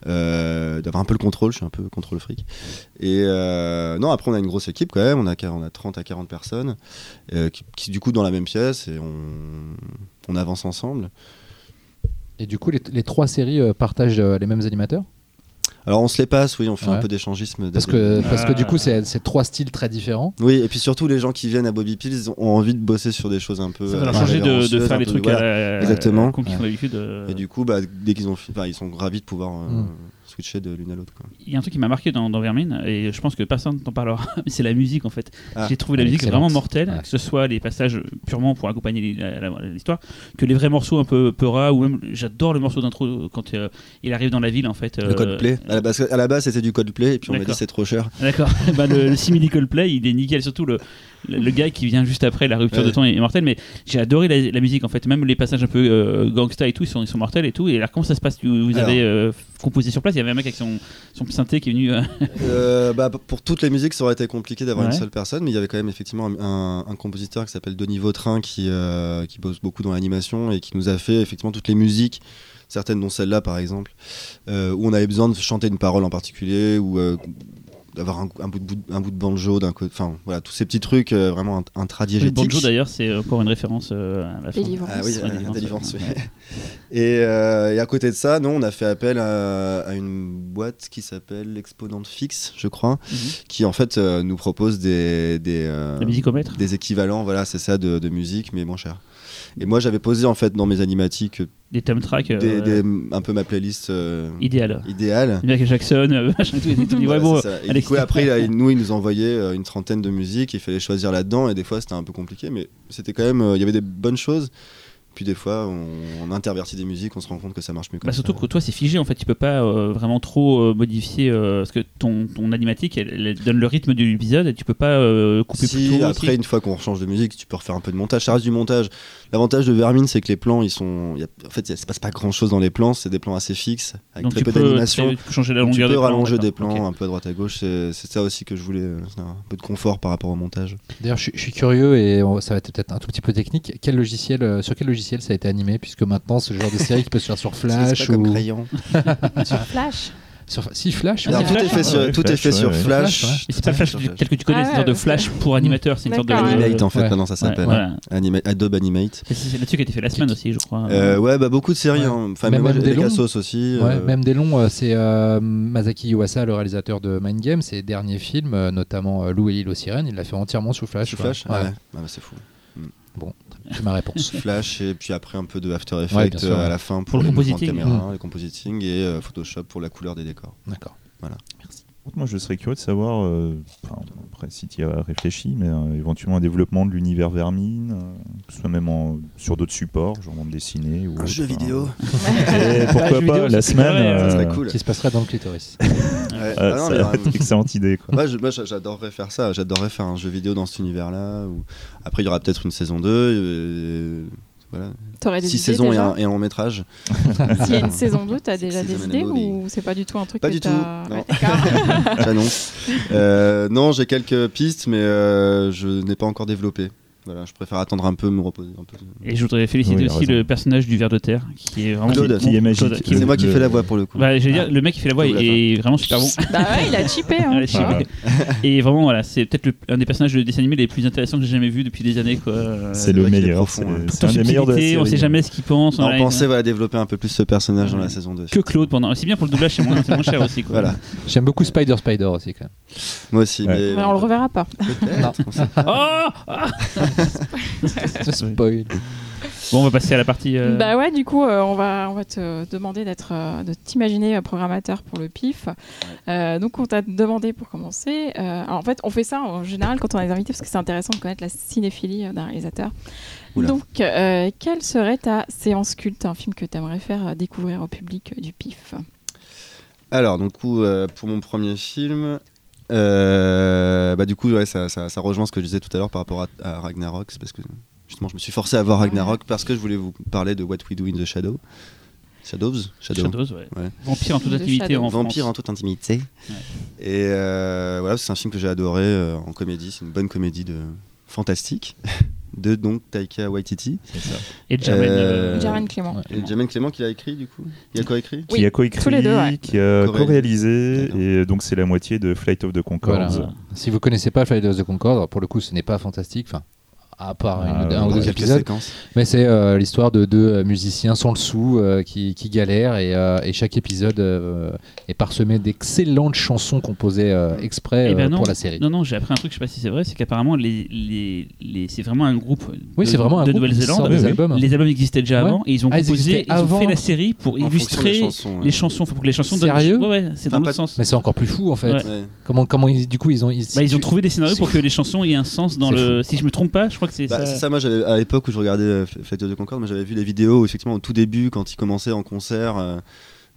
euh, d'avoir un peu le contrôle. Je suis un peu contrôle fric. Et euh, non, après, on a une grosse équipe quand même. On a, quar- on a 30 à 40 personnes euh, qui, qui, du coup, dans la même pièce et on, on avance ensemble.
Et du coup, les, les trois séries euh, partagent euh, les mêmes animateurs
Alors, on se les passe, oui, on fait un
Ouais.
peu d'échangisme.
parce
dès le
que,
début.
parce que du coup,
Ah.
c'est c'est trois styles très différents.
Oui, et puis surtout, les gens qui viennent à Bobby Pills ont envie de bosser sur des choses un peu.
Ça
euh,
va leur changer de- de,
révérencieuses,
faire
un
les
peu-
trucs
voilà.
à la,
Exactement.
qu'on kiffe d'habitude. euh,
Et du coup, bah, dès qu'ils ont fini, bah, ils sont ravis de pouvoir euh,
Mm.
switcher de l'une à l'autre. quoi.
Il y a un truc qui m'a marqué dans, dans Vermine, et je pense que personne ne t'en parlera, mais c'est la musique en fait.
Ah,
J'ai trouvé la
elle est
musique
excellente.
vraiment mortelle,
Ouais.
que ce soit les passages purement pour accompagner les- la- la- l'histoire, que les vrais morceaux un peu peura, ou même j'adore le morceau d'intro quand euh, il arrive dans la ville en fait.
Le
euh,
Coldplay. À la base, à la base, c'était du Coldplay, et puis on m'a dit
D'accord.
c'est trop cher.
D'accord, Bah, le, le simili Coldplay, il est nickel, surtout le, le, le gars qui vient juste après, la rupture
Ouais.
de temps est mortelle, mais j'ai adoré la, la musique en fait, même les passages un peu euh, gangsta et tout, ils sont, ils sont mortels et tout, et alors comment ça se passe Vous vous
Alors.
avez euh, composé sur place, il y avait un mec avec son, son synthé qui est venu... euh,
Euh, bah, pour toutes les musiques, ça aurait été compliqué d'avoir
Ouais.
une seule personne, mais il y avait quand même effectivement un, un- un compositeur qui s'appelle Denis Vautrin qui, euh, qui bosse beaucoup dans l'animation et qui nous a fait effectivement toutes les musiques, certaines dont celle-là par exemple, euh, où on avait besoin de chanter une parole en particulier ou euh, d'avoir un, un bout de, bout- un bout de banjo d'un côté. Enfin voilà, tous ces petits trucs euh, vraiment int-
Le
intradiégétiques.
banjo d'ailleurs, c'est encore une référence euh, à la fin.
Délivrance.
Ah oui,
Ouais,
euh,
Délivrance,
Délivrance,
ouais.
oui. Et, euh, et à côté de ça, non, on a fait appel à, à une boîte qui s'appelle Exponent Fixe, je crois,
Mhm.
qui en fait euh, nous propose des, des, euh,
La musique au maître
des équivalents, voilà, c'est ça, de, de musique, mais moins cher. Et moi, j'avais posé en fait dans mes animatiques
Des thumb tracks euh,
des- des- un peu ma playlist euh,
idéales.
idéale.
Michael Jackson, euh, machin, tout, tout, tout, ouais,
Voilà,
bon,
c'est ça. Et
Alex
du coup, après,
Turner.
là, il- nous, ils nous envoyaient euh, une trentaine de musiques, il fallait choisir là-dedans, et des fois, c'était un peu compliqué, mais c'était quand même, euh, il y avait des bonnes choses. Puis des fois, on, on intervertit des musiques, on se rend compte que ça marche mieux. Comme
Bah, surtout
ça.
que toi c'est figé en fait, tu peux pas euh, vraiment trop euh, modifier euh, parce que ton, ton animatique elle, elle donne le rythme de l'épisode et tu peux pas euh, couper plus
Si,
tôt.
après, une fois qu'on change de musique, tu peux refaire un peu de montage. Ça reste du montage. L'avantage de Vermine, c'est que les plans, ils sont. il y a- en fait, il ne se passe pas grand chose dans les plans. C'est des plans assez fixes, avec
Donc
très
tu
peu
peux,
d'animation.
tu peux changer la
Donc, Tu
longueur
peux
des plans,
rallonger des
d'accord.
plans euh,
Ok.
un peu à droite à gauche. C'est c'est ça aussi que je voulais. euh, c'est un peu de confort par rapport au montage.
D'ailleurs, je, suis- je suis curieux et on- ça va être peut-être un tout petit peu technique. Quel logiciel, euh, sur quel logiciel ça a été animé, puisque maintenant c'est le genre de série qui peut se faire sur Flash
comme
ou.
crayon.
Flash.
sur- Si, Flash,
Ah,
Alors,
ouais.
c'est
tout est
Flash,
fait
hein,
sur,
ouais,
tout est
Flash,
fait sur
ouais, ouais.
Flash.
Flash,
Mais c'est pas
Ouais,
Flash
sur
du-
Flash.
tel que tu connais,
Ah
c'est une sorte de
ouais,
Flash
Mm.
pour animateur, c'est une sorte de.
D'accord.
Animate en fait,
Ouais.
maintenant ça s'appelle.
Voilà.
Anima- Adobe Animate.
Et C'est c'est là-dessus qui a été fait la semaine aussi, je crois.
Euh, ouais, bah beaucoup de séries.
Ouais.
hein. Enfin,
Même-
mais moi,
même
j'ai-
des
les
longues.
Cassos aussi.
Ouais,
euh,
même des longs, euh, c'est euh, Masaki Yuasa, le réalisateur de Mind Game, ses derniers films, euh, notamment euh, Lou et l'île aux sirènes, il l'a fait entièrement sous Flash.
sous
quoi.
Flash.
Ouais.
Ouais. Ah, bah, c'est fou.
C'est ma réponse.
Sous Flash et puis après un peu de After
Ouais,
Effects
bien sûr,
euh, à
ouais.
la fin
Pour
pour,
le
les mouvements de
compositing.
caméra, le compositing et euh, Photoshop pour la couleur des décors.
D'accord.
Moi, je serais curieux de savoir, euh, enfin, après, si tu y as réfléchi, mais euh, éventuellement un développement de l'univers Vermine, euh, que ce soit même en- sur d'autres supports, genre bande dessinée ou.
Un
autre,
jeu
hein.
vidéo.
Eh,
Un jeu
pourquoi
vidéo,
pas la
c'est
semaine
vrai,
euh,
ça serait cool.
Qui se passerait dans le clitoris.
Ouais.
euh,
Ah non,
ça-
mais, euh,
excellente idée. Quoi.
Moi, je- moi, j'a- j'adorerais faire ça. J'adorerais faire un jeu vidéo dans cet univers-là. Ou... Après, il y aura peut-être une saison 2. euh, Voilà.
T'aurais des
Six
idées
saisons et
déjà
un, et un long métrage.
S'il y a une saison 2, t'as déjà
Six
des
Seasons
idées
and a Movie.
ou c'est pas du tout un truc
Pas
que
du tout,
t'as-
non.
Ouais, d'accord.
J'annonce. Euh, non, j'ai quelques pistes, mais euh, je n'ai pas encore développé. Voilà, je préfère attendre un peu, me reposer un peu.
Et je voudrais féliciter
Oui, il a
aussi
raison.
le personnage du ver de terre, qui est vraiment.
Claude. Ah,
Qui est magique. Euh,
Claude, qui-
C'est
Le-
moi qui
le-
fais la voix pour le coup.
Bah, j'allais dire, le mec qui fait la voix
Double
est, est vraiment super bon.
bah ouais, il a chippé. Hein,
Ouais, je sais
Ah.
pas. Et vraiment, voilà, c'est peut-être le- un des personnages de dessin animé les plus intéressants que j'ai jamais vu depuis des années. quoi. Euh,
C'est
c'est
le
vrai qu'il est
meilleur. C'est
profond, hein.
c'est
Tant
un des
subtilité,
meilleurs de la série.
on sait jamais ce qu'il pense.
on
voilà,
pensait voilà, développer un peu plus ce personnage dans la saison 2.
Que Claude pendant. C'est bien pour le doublage, c'est moins, c'est moins cher aussi. Quoi.
Voilà,
J'aime beaucoup Spider Spider aussi quand même.
moi aussi.
Ouais.
Mais
Mais Bah, on le reverra pas.
Peut-être, on sait pas.
Oh Ah
Spoil.
bon, on va passer à la partie. euh,
Bah ouais, du coup, euh, on, va, on va te demander d'être, euh, de t'imaginer euh, programmateur pour le PIF. Euh, donc, on t'a demandé pour commencer. euh, alors en fait, on fait ça en général quand on a des invités parce que c'est intéressant de connaître la cinéphilie euh, d'un réalisateur.
Oula.
Donc, euh, quelle serait ta séance culte, un film que tu aimerais faire euh, découvrir au public euh, du PIF
Alors, donc, coup, euh, pour mon premier film, euh, bah, du coup, ouais, ça, ça- ça rejoint ce que je disais tout à l'heure par rapport à, à Ragnarok. c'est parce que justement, je me suis forcé à voir Ragnarok parce que je voulais vous parler de What We Do in the Shadow. Shadows Shadow.
Shadows, ouais.
Ouais.
Vampire en toute
De
activité
Shadow.
en
Vampire en
France.
toute intimité.
Ouais.
Et euh, voilà, c'est un film que j'ai adoré euh, en comédie. C'est une bonne comédie de fantastique de donc Taika Waititi.
Et Jermaine.
Euh,
euh,
Jermaine Clément.
ouais.
Et Jamel Clément qui l'a écrit du coup Il a co-écrit
Qui a coécrit,
tous les deux, ouais.
qui a
Co-réalisé.
co-réalisé,
D'accord.
et donc c'est la moitié de Flight of the Concorde.
Voilà. Si vous connaissez pas Flight of the Concorde, pour le coup, ce n'est pas fantastique. Enfin, à part une-
Ah,
un ou
ouais,
deux
Quelques
épisodes,
séquences.
mais c'est euh, l'histoire de deux euh, musiciens sans le sou euh, qui, qui galèrent et, euh, et chaque épisode euh, est parsemé d'excellentes chansons composées euh, exprès
Eh ben
euh,
non.
pour la série.
Non, non, j'ai appris un truc, je sais pas si c'est vrai, c'est qu'apparemment, les, les, les- c'est vraiment un groupe
Oui,
de,
c'est vraiment un
de
groupe qui sort
Nouvelle-Zélande.
des
oui, oui.
albums.
Les albums existaient déjà
Ouais.
avant et ils ont
Ah, ils
composé,
existaient
ils ont fait
avant.
la série pour
En fonction des
illustrer
chansons, ouais. Bah,
les chansons. Faut que les chansons donnent-
Sérieux
Ouais, ouais, c'est dans
Enfin,
l'autre
pas-
sens.
Mais c'est encore plus fou en fait.
Ouais.
Ouais.
Comment, comment ils, du coup ils ont ils,
Bah, ils ont trouvé des scénarios
c'est
pour que les chansons aient un sens dans
C'est
le. Si je me trompe pas, je crois que c'est
Bah,
ça.
c'est ça, moi j'avais- à l'époque où je regardais euh, F- Flight of the Concorde, moi, j'avais vu les vidéos où, effectivement au tout début quand ils commençaient en concert. euh,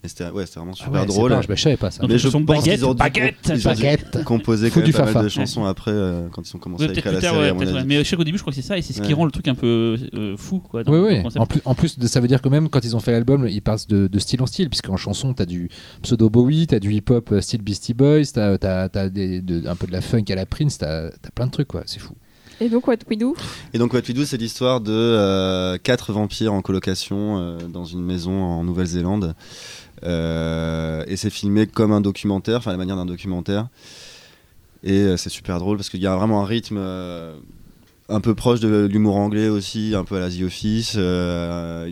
et c'était ouais, c'était vraiment
Ah
super
ouais, c'est
drôle.
pas- je, je savais pas ça.
Donc,
mais
ils
je
sont
pense
baguette,
qu'ils ont dû-
baguette,
ils ont dû-
Baguette.
composé
Faut
quand même
du
pas mal
fafa.
de chansons après euh, quand ils ont commencé
Ouais,
à
peut-être
écrire
plus
la
tard,
série.
ouais,
à mon
peut-être,
avis.
ouais. Mais je sais qu'au début, je crois que c'est ça, et c'est ce qui
Ouais.
rend le truc un peu euh, fou, quoi. dans
Oui,
le
oui.
concept.
En plus, en plus, de- ça veut dire que même quand ils ont fait l'album, ils passent de, de style en style, puisqu'en chanson, t'as du pseudo Bowie, t'as du hip-hop euh, style Beastie Boys, t'as t'as- t'as des- de- un peu de la funk à la Prince, t'as t'as plein de trucs, quoi. C'est fou.
Et donc, What We Do
Et donc What We Do, c'est l'histoire de euh, quatre vampires en colocation euh, dans une maison en Nouvelle-Zélande. Euh, et c'est filmé comme un documentaire, enfin à la manière d'un documentaire. Et euh, c'est super drôle parce qu'il y a vraiment un rythme euh, un peu proche de l'humour anglais aussi, un peu à la The Office. euh,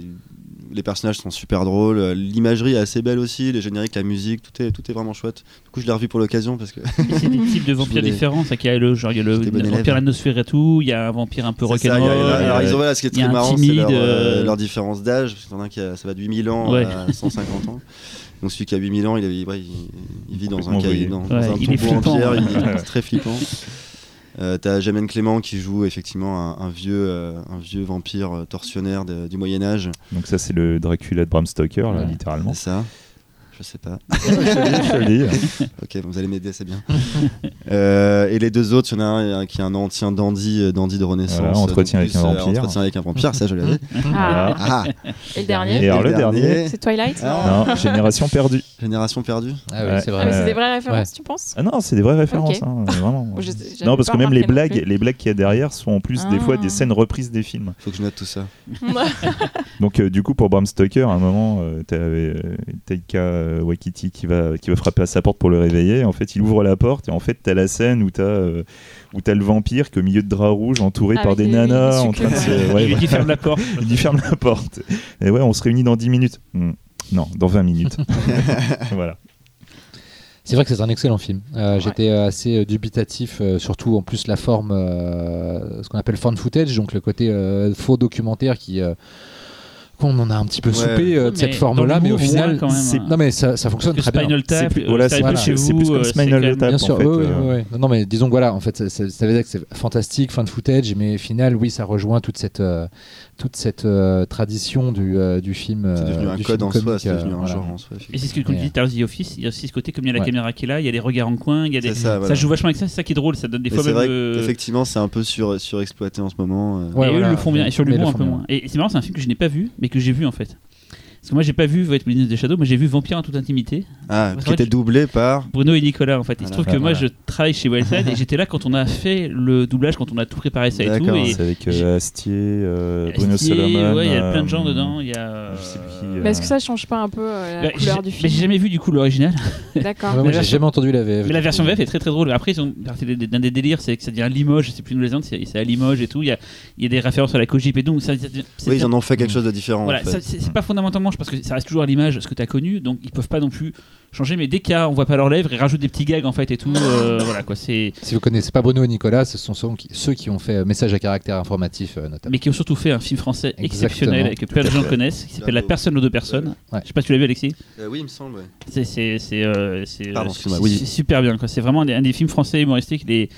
les personnages sont super drôles, euh, l'imagerie est assez belle aussi, les génériques, la musique, tout est, tout est vraiment chouette. Du coup, je l'ai revu pour l'occasion parce que
Et c'est des types de vampires
voulais-
différents. ça, qu'il y a le, genre, il y a le,
J'étais bon
le
élève.
vampire atmosphère et tout, il y a un vampire un peu
C'est ça,
rock'n'roll.
il y a-
euh,
alors, ils ont, voilà, ce qui est
il y a
très
un
marrant, c'est
timide,
leur, euh,
euh,
leur différence d'âge, parce qu'il y en a un qui a, ça va de 8000 ans
Ouais.
à 150 ans. Donc celui qui a 8000 ans, il, est- ouais, il- il vit dans un,
Complètement
cahier,
voyé.
dans,
Ouais,
dans un
il est
tombeau en
flippant.
pierre, il est très flippant. Euh, T'as Jamène Clément qui joue effectivement un, un vieux, euh, un vieux vampire euh, tortionnaire de- du Moyen Âge,
Donc ça c'est le Dracula de Bram Stoker, là,
Ouais.
littéralement.
c'est ça. Je sais pas.
Je le dis.
Ok, vous allez m'aider, c'est bien. Euh, et les deux autres, il y en a un euh, qui est un ancien dandy, euh, dandy de Renaissance.
Voilà, entretien
donc
avec un
plus, euh,
vampire.
Entretien avec un vampire, ça je l'avais.
Ah.
Ah,
Et le dernier
Et alors
Et
le
le
dernier
dernier.
C'est Twilight
Ah.
Non, Génération perdue.
Génération perdue.
Ah oui,
Ouais.
c'est
Ah, mais
vrai.
c'est des vraies références, tu penses
Ah non, c'est des vraies références,
Ok.
hein, vraiment.
Je- j'avais
non, parce que
pas
même les
remarqué non
blagues,
plus.
les blagues qu'il y a derrière sont en plus des fois
Ah.
des scènes reprises des films.
Faut que je note tout ça.
Donc euh, du coup pour Bram Stoker, à un moment, euh, t'avais euh, Taika euh, Waititi qui va qui va frapper à sa porte pour le réveiller. En fait, il ouvre la porte et en fait t'as la scène où t'as euh, où t'as le vampire qui est au milieu de draps rouges, entouré
Avec
par des
les-
nanas,
les
en train de se,
succulents.
ouais,
Il lui dit ferme la porte.
il dit ferme la porte. Et ouais, on se réunit dans 10 minutes. Hmm. Non, dans 20 minutes. voilà.
C'est vrai que c'est un excellent film. Euh, J'étais euh, assez euh, dubitatif, euh, surtout en plus la forme, euh, ce qu'on appelle found footage, donc le côté euh, faux documentaire qui. euh, qu'on en a un petit peu
Ouais.
soupé euh, de
Mais
cette
dans
forme-là, mais au
l'humour, on
final,
voit quand même,
c'est-
hein.
non mais ça, ça fonctionne
Parce que
très bien.
Spinal Tap,
C'est plus-
euh,
voilà,
Spinal
c'est-
Tap chez
c'est
vous,
plus comme
euh,
Spinal
c'est quand
Tap.
même-
Bien
en
sûr,
fait,
oui, oui,
euh.
oui, oui. Non, mais disons que voilà, en fait, ça, ça- ça veut dire que c'est fantastique, fin de footage, mais au final, oui, ça rejoint toute cette, euh, toute cette euh, tradition du, euh, du film.
C'est
euh,
devenu un
du
code
film
en soi,
comique,
c'est
euh,
devenu un
voilà.
genre en soi.
Et c'est ce que tu
Ouais.
dis, Tarzan The Office, il y a aussi ce côté, comme il y a la
Ouais.
caméra qui est là, il y a les regards en coin, il y a des...
C'est ça,
Ça
voilà.
joue vachement avec ça, c'est ça qui est drôle, ça donne des
Mais
fois
c'est
même...
vrai
euh,
qu'effectivement, c'est un peu sur, surexploité en ce moment. euh.
Ouais,
et
voilà.
eux le font bien, et sur
Mais
l'humour
le
un
font
peu
bien.
moins. Et c'est marrant, c'est un film que je n'ai pas vu, mais que j'ai vu en fait. Parce que moi j'ai pas vu Void Witness des Shadows, mais j'ai vu Vampire en toute intimité,
Ah,
Ouais, c'est
qui
vrai
était
que-
doublé par.
Bruno et Nicolas en fait. Il
Voilà.
se trouve que
Ouais,
moi je
voilà.
travaille chez Wildside et j'étais là quand on a fait le doublage, quand on a tout préparé ça et tout.
D'accord,
Et
C'est avec euh,
j'ai-
Astier, euh,
Astier,
Bruno Solomon.
ouais, il y a plein de
euh,
gens dedans, il y a... euh,
je sais plus qui, euh,
Mais est-ce que ça change pas un peu euh, la
bah, j'ai-
couleur du
Mais j'ai
film
jamais vu du coup l'original.
Ouais,
D'accord.
moi,
Ah, la
j'ai
version-
jamais entendu la VF.
Mais la version VF est très très drôle. Après, ils ont parti des- des- d'un des délires, c'est que ça devient Limoges, c'est plus une légende, c'est c'est à Limoges et tout. Il y a, il y a des références à la Cogip et donc ça. ça- c'est-
Oui, ils en ont
Mm.
fait quelque chose de différent.
Voilà,
en fait.
ça, c'est c'est pas fondamentalement, je pense que ça reste toujours à l'image ce que t'as connu, donc ils peuvent pas non plus changer. Mais dès qu'il y a, on voit pas leurs lèvres, ils rajoutent des petits gags en fait et tout. euh, voilà quoi, c'est.
Si vous connaissez pas Bruno et Nicolas, ce sont ceux qui, ceux qui ont fait euh, message à caractère informatif euh, notamment.
Mais qui ont surtout fait un film français
Exactement.
exceptionnel et que peu de gens connaissent, qui s'appelle La personne aux deux personnes.
Ouais.
Je sais pas si tu l'as vu, Alexis.
Euh, oui, il me semble. ouais.
C'est c'est c'est euh, c'est
Pardon,
euh,
excuse-moi,
c'est-
oui.
c'est super bien quoi. C'est vraiment un des, un des films français humoristiques les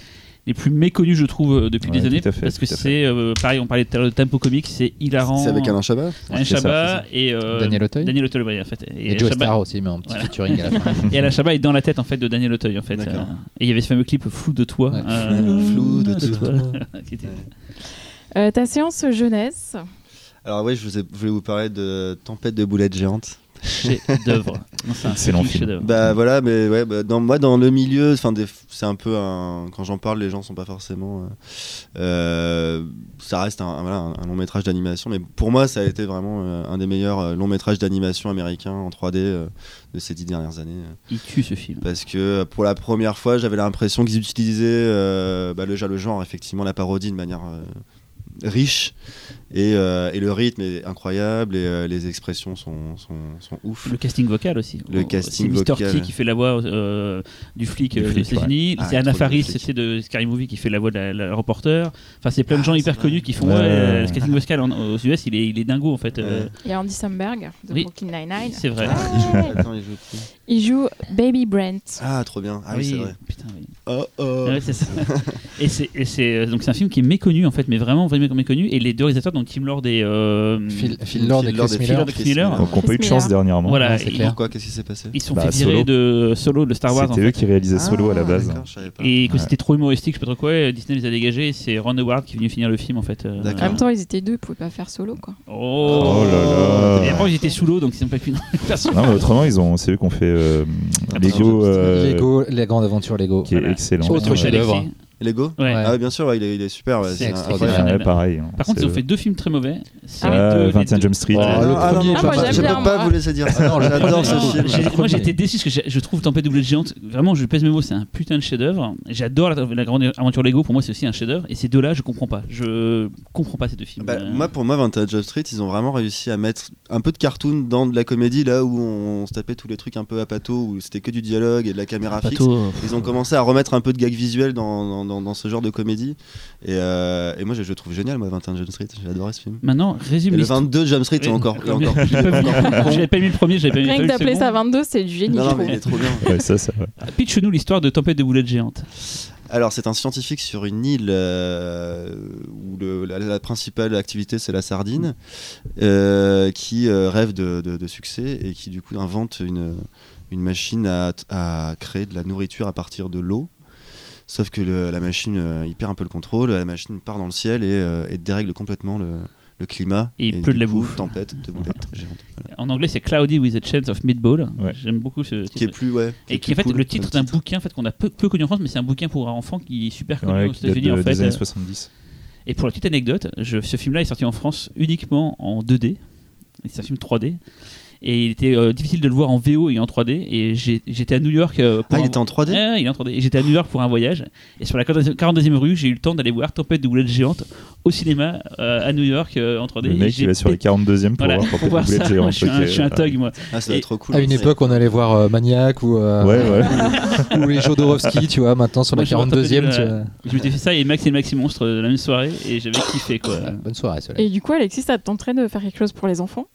les plus méconnus je trouve euh, depuis
Ouais,
des années
tout à fait,
parce que
tout à fait.
c'est euh, pareil on parlait tout à l'heure de tempo comique c'est hilarant
C'est
Oh.
avec Alain Chabat
C'est
Alain
ça,
Chabat et euh,
Daniel Auteuil
Daniel Auteuil oui, en fait et,
Et,
Alain
Joe
Chabat-
Star aussi, mais en petit
Voilà.
featuring à la fin.
et Alain Chabat est dans la tête en fait de Daniel Auteuil en fait
D'accord.
Euh, et il y avait ce fameux clip flou de toi
Ouais.
euh,
Flou de toi.
qui était-
Euh, ta séance jeunesse,
Alors oui, je, vous ai- je voulais vous parler de Tempête de boulettes géantes.
chef d'œuvre Non, c'est un
Excellent
fucking
film.
chef-d'œuvre.
Bah voilà, mais ouais, bah, dans, moi dans le milieu, enfin des- c'est un peu un, quand j'en parle, les gens sont pas forcément. euh, euh, ça reste un, un- voilà, un- un long métrage d'animation, mais pour moi ça a été vraiment euh, un des meilleurs euh, longs métrages d'animation américains en 3D euh, de ces dix dernières années. euh.
il tue ce film
parce que euh, pour la première fois, j'avais l'impression qu'ils utilisaient euh, bah, déjà le genre, effectivement, la parodie de manière euh, riche. Et, euh, et le rythme est incroyable et euh, les expressions sont, sont- sont ouf.
Le casting vocal aussi.
Le
On-
casting
c'est Mr. T
vocal.
qui fait la voix euh, du flic
Du
euh,
flic,
des États-Unis.
ouais. Ah,
c'est Anna
trop bien,
Faris,
le flic.
c'est de Scary Movie qui fait la voix de la, la reporter. Enfin, c'est plein de gens
Ah,
hyper
c'est
connus qui font
Ouais.
ouais, euh, le casting vocal en- aux US. Il est, il est dingo en fait. euh,
il y a Andy Samberg de
Oui.
Brooklyn Nine-Nine.
c'est vrai.
Ah, il joue- attends, il joue qui
Il joue Baby Brent.
Ah, trop bien. Ah oui, c'est vrai.
putain, oui.
Oh, oh.
Ouais, c'est ça. et c'est, et c'est, euh, donc c'est un film qui est méconnu en fait, mais vraiment vraiment méconnu. Et les deux réalisateurs, donc Tim Lord et euh,
Phil, Phil Lord et Chris Miller.
Lord et Chris Miller.
Donc on
Chris
pas eu de
Miller.
chance dernièrement.
voilà,
Ouais, c'est
ils,
clair.
Pourquoi Qu'est-ce qui s'est passé
ils se sont
Bah,
fait virer
Solo.
de Solo de Star Wars. en
C'était eux
fait.
qui réalisaient Solo à la
Ah,
base.
D'accord, je savais pas.
Et que
Ouais.
c'était trop humoristique, je sais pas trop quoi, et Disney les a dégagés, et c'est Ron Howard qui est venu finir le film en fait. euh,
En
D'accord.
même temps, ils étaient deux, ils pouvaient pas faire solo quoi.
Oh,
Oh là là.
Et après, ils étaient sous l'eau, donc ils n'ont pas pu.
Non, mais autrement, ils ont, c'est eux qui ont fait euh, Lego, euh,
Lego, la grande aventure Lego.
qui est
Voilà.
excellent.
Autre
Ouais.
chef
Alexis.
d'œuvre.
Lego
Ouais.
Ouais.
Ah, ouais, bien sûr, ouais, il, est, il est super. ouais,
C'est
c'est
extraordinaire.
incroyable.
Ouais, pareil. hein.
Par contre,
C'est-
ils ont fait deux films très mauvais. C'est
Ouais,
les deux- les
21
deux-
Jump Street.
Ah,
euh,
le
Ah, non,
premier,
moi,
Ah, moi, j'aime
je
bien,
peux pas
moi.
vous laisser dire
Ah,
ça.
non,
J'adore
j'adore
ce
Non,
film.
j'ai-
Le
moi
premier.
j'étais déçu parce que j'ai- je trouve Tempête double géante vraiment je pèse mes mots c'est un putain de chef d'œuvre j'adore la, la grande aventure Lego pour moi c'est aussi un chef d'œuvre et ces deux là je comprends pas je comprends pas ces deux films
Bah,
Euh,
Moi, pour moi, 21 Jump Street, ils ont vraiment réussi à mettre un peu de cartoon dans de la comédie, là où on se tapait tous les trucs un peu à pato, où c'était que du dialogue et de la caméra fixe.
Pato, euh,
Ils ont commencé à remettre un peu de gag visuel dans, dans, dans- dans ce genre de comédie. Et, euh, et moi, je, je trouve génial, moi, 21 Jump Street. J'ai adoré ce film.
maintenant résume
Et le
l'histoire.
22 Jump Street, est
Oui.
encore. est encore
J'ai pas vu- j'avais pas mis le premier j'avais pas mis
Rien
pas
que
vu le
d'appeler
second.
ça 22, c'est du génie.
non,
je
non, mais il est
trouve.
trop bien.
Ouais, ça, ça.
pitch nous l'histoire de Tempête de boulettes géantes
Alors, c'est un scientifique sur une île euh, où le- la, la principale activité c'est la sardine, euh, qui euh, rêve de, de- de succès et qui du coup invente une, une machine à, à créer de la nourriture à partir de l'eau. Sauf que le- la machine, euh, il perd un peu le contrôle, la machine part dans le ciel et, euh, et dérègle complètement le, le climat.
Et il pleut de
du
la
coup,
bouffe.
Tempête de boulettes géantes. Voilà.
En anglais, c'est Cloudy with a Chance of Meatball.
Ouais.
J'aime beaucoup ce titre.
Qui est plus, ouais.
et
est
qui est
plus
en fait
cool
le
comme
titre d'un bouquin en fait, qu'on a peu, peu connu en France, mais c'est un bouquin pour enfants qui est super connu
Ouais,
aux
qui date
États-Unis
de-
en fait.
des années 70.
Et pour la petite anecdote, je- ce film-là est sorti en France uniquement en 2D. C'est un film 3D. Et il était euh, difficile de le voir en VO et en 3D. Et j'ai- j'étais à New York euh, pour.
Ah,
un-
il était en 3D
Ouais, ouais, il est en 3D. Et j'étais à New York pour un voyage. Et sur la 42e rue, j'ai eu le temps d'aller voir Tempête de boulettes géantes au cinéma euh, à New York euh, en 3D.
Le
Et
mec, il
j'ai
va sur les
pété-
42e pour
Voilà,
voir
pour voir ça.
géant.
Moi, je suis un, je suis un thug, moi.
Ah, ça doit
Et-
être trop cool.
À une
Ouais.
époque, on allait voir euh, Maniac ou, euh,
Ouais, ouais.
ou les Jodorowsky, tu vois, maintenant sur la
Moi, je me rappelle
42e.
de
tu
la-
vois.
Je m'étais fait ça et Max et Maxi Monstre euh, la même soirée. Et j'avais kiffé, quoi.
Euh,
Bonne soirée, Soleil.
Et du coup, Alexis, ça te tenterait de faire quelque chose pour les enfants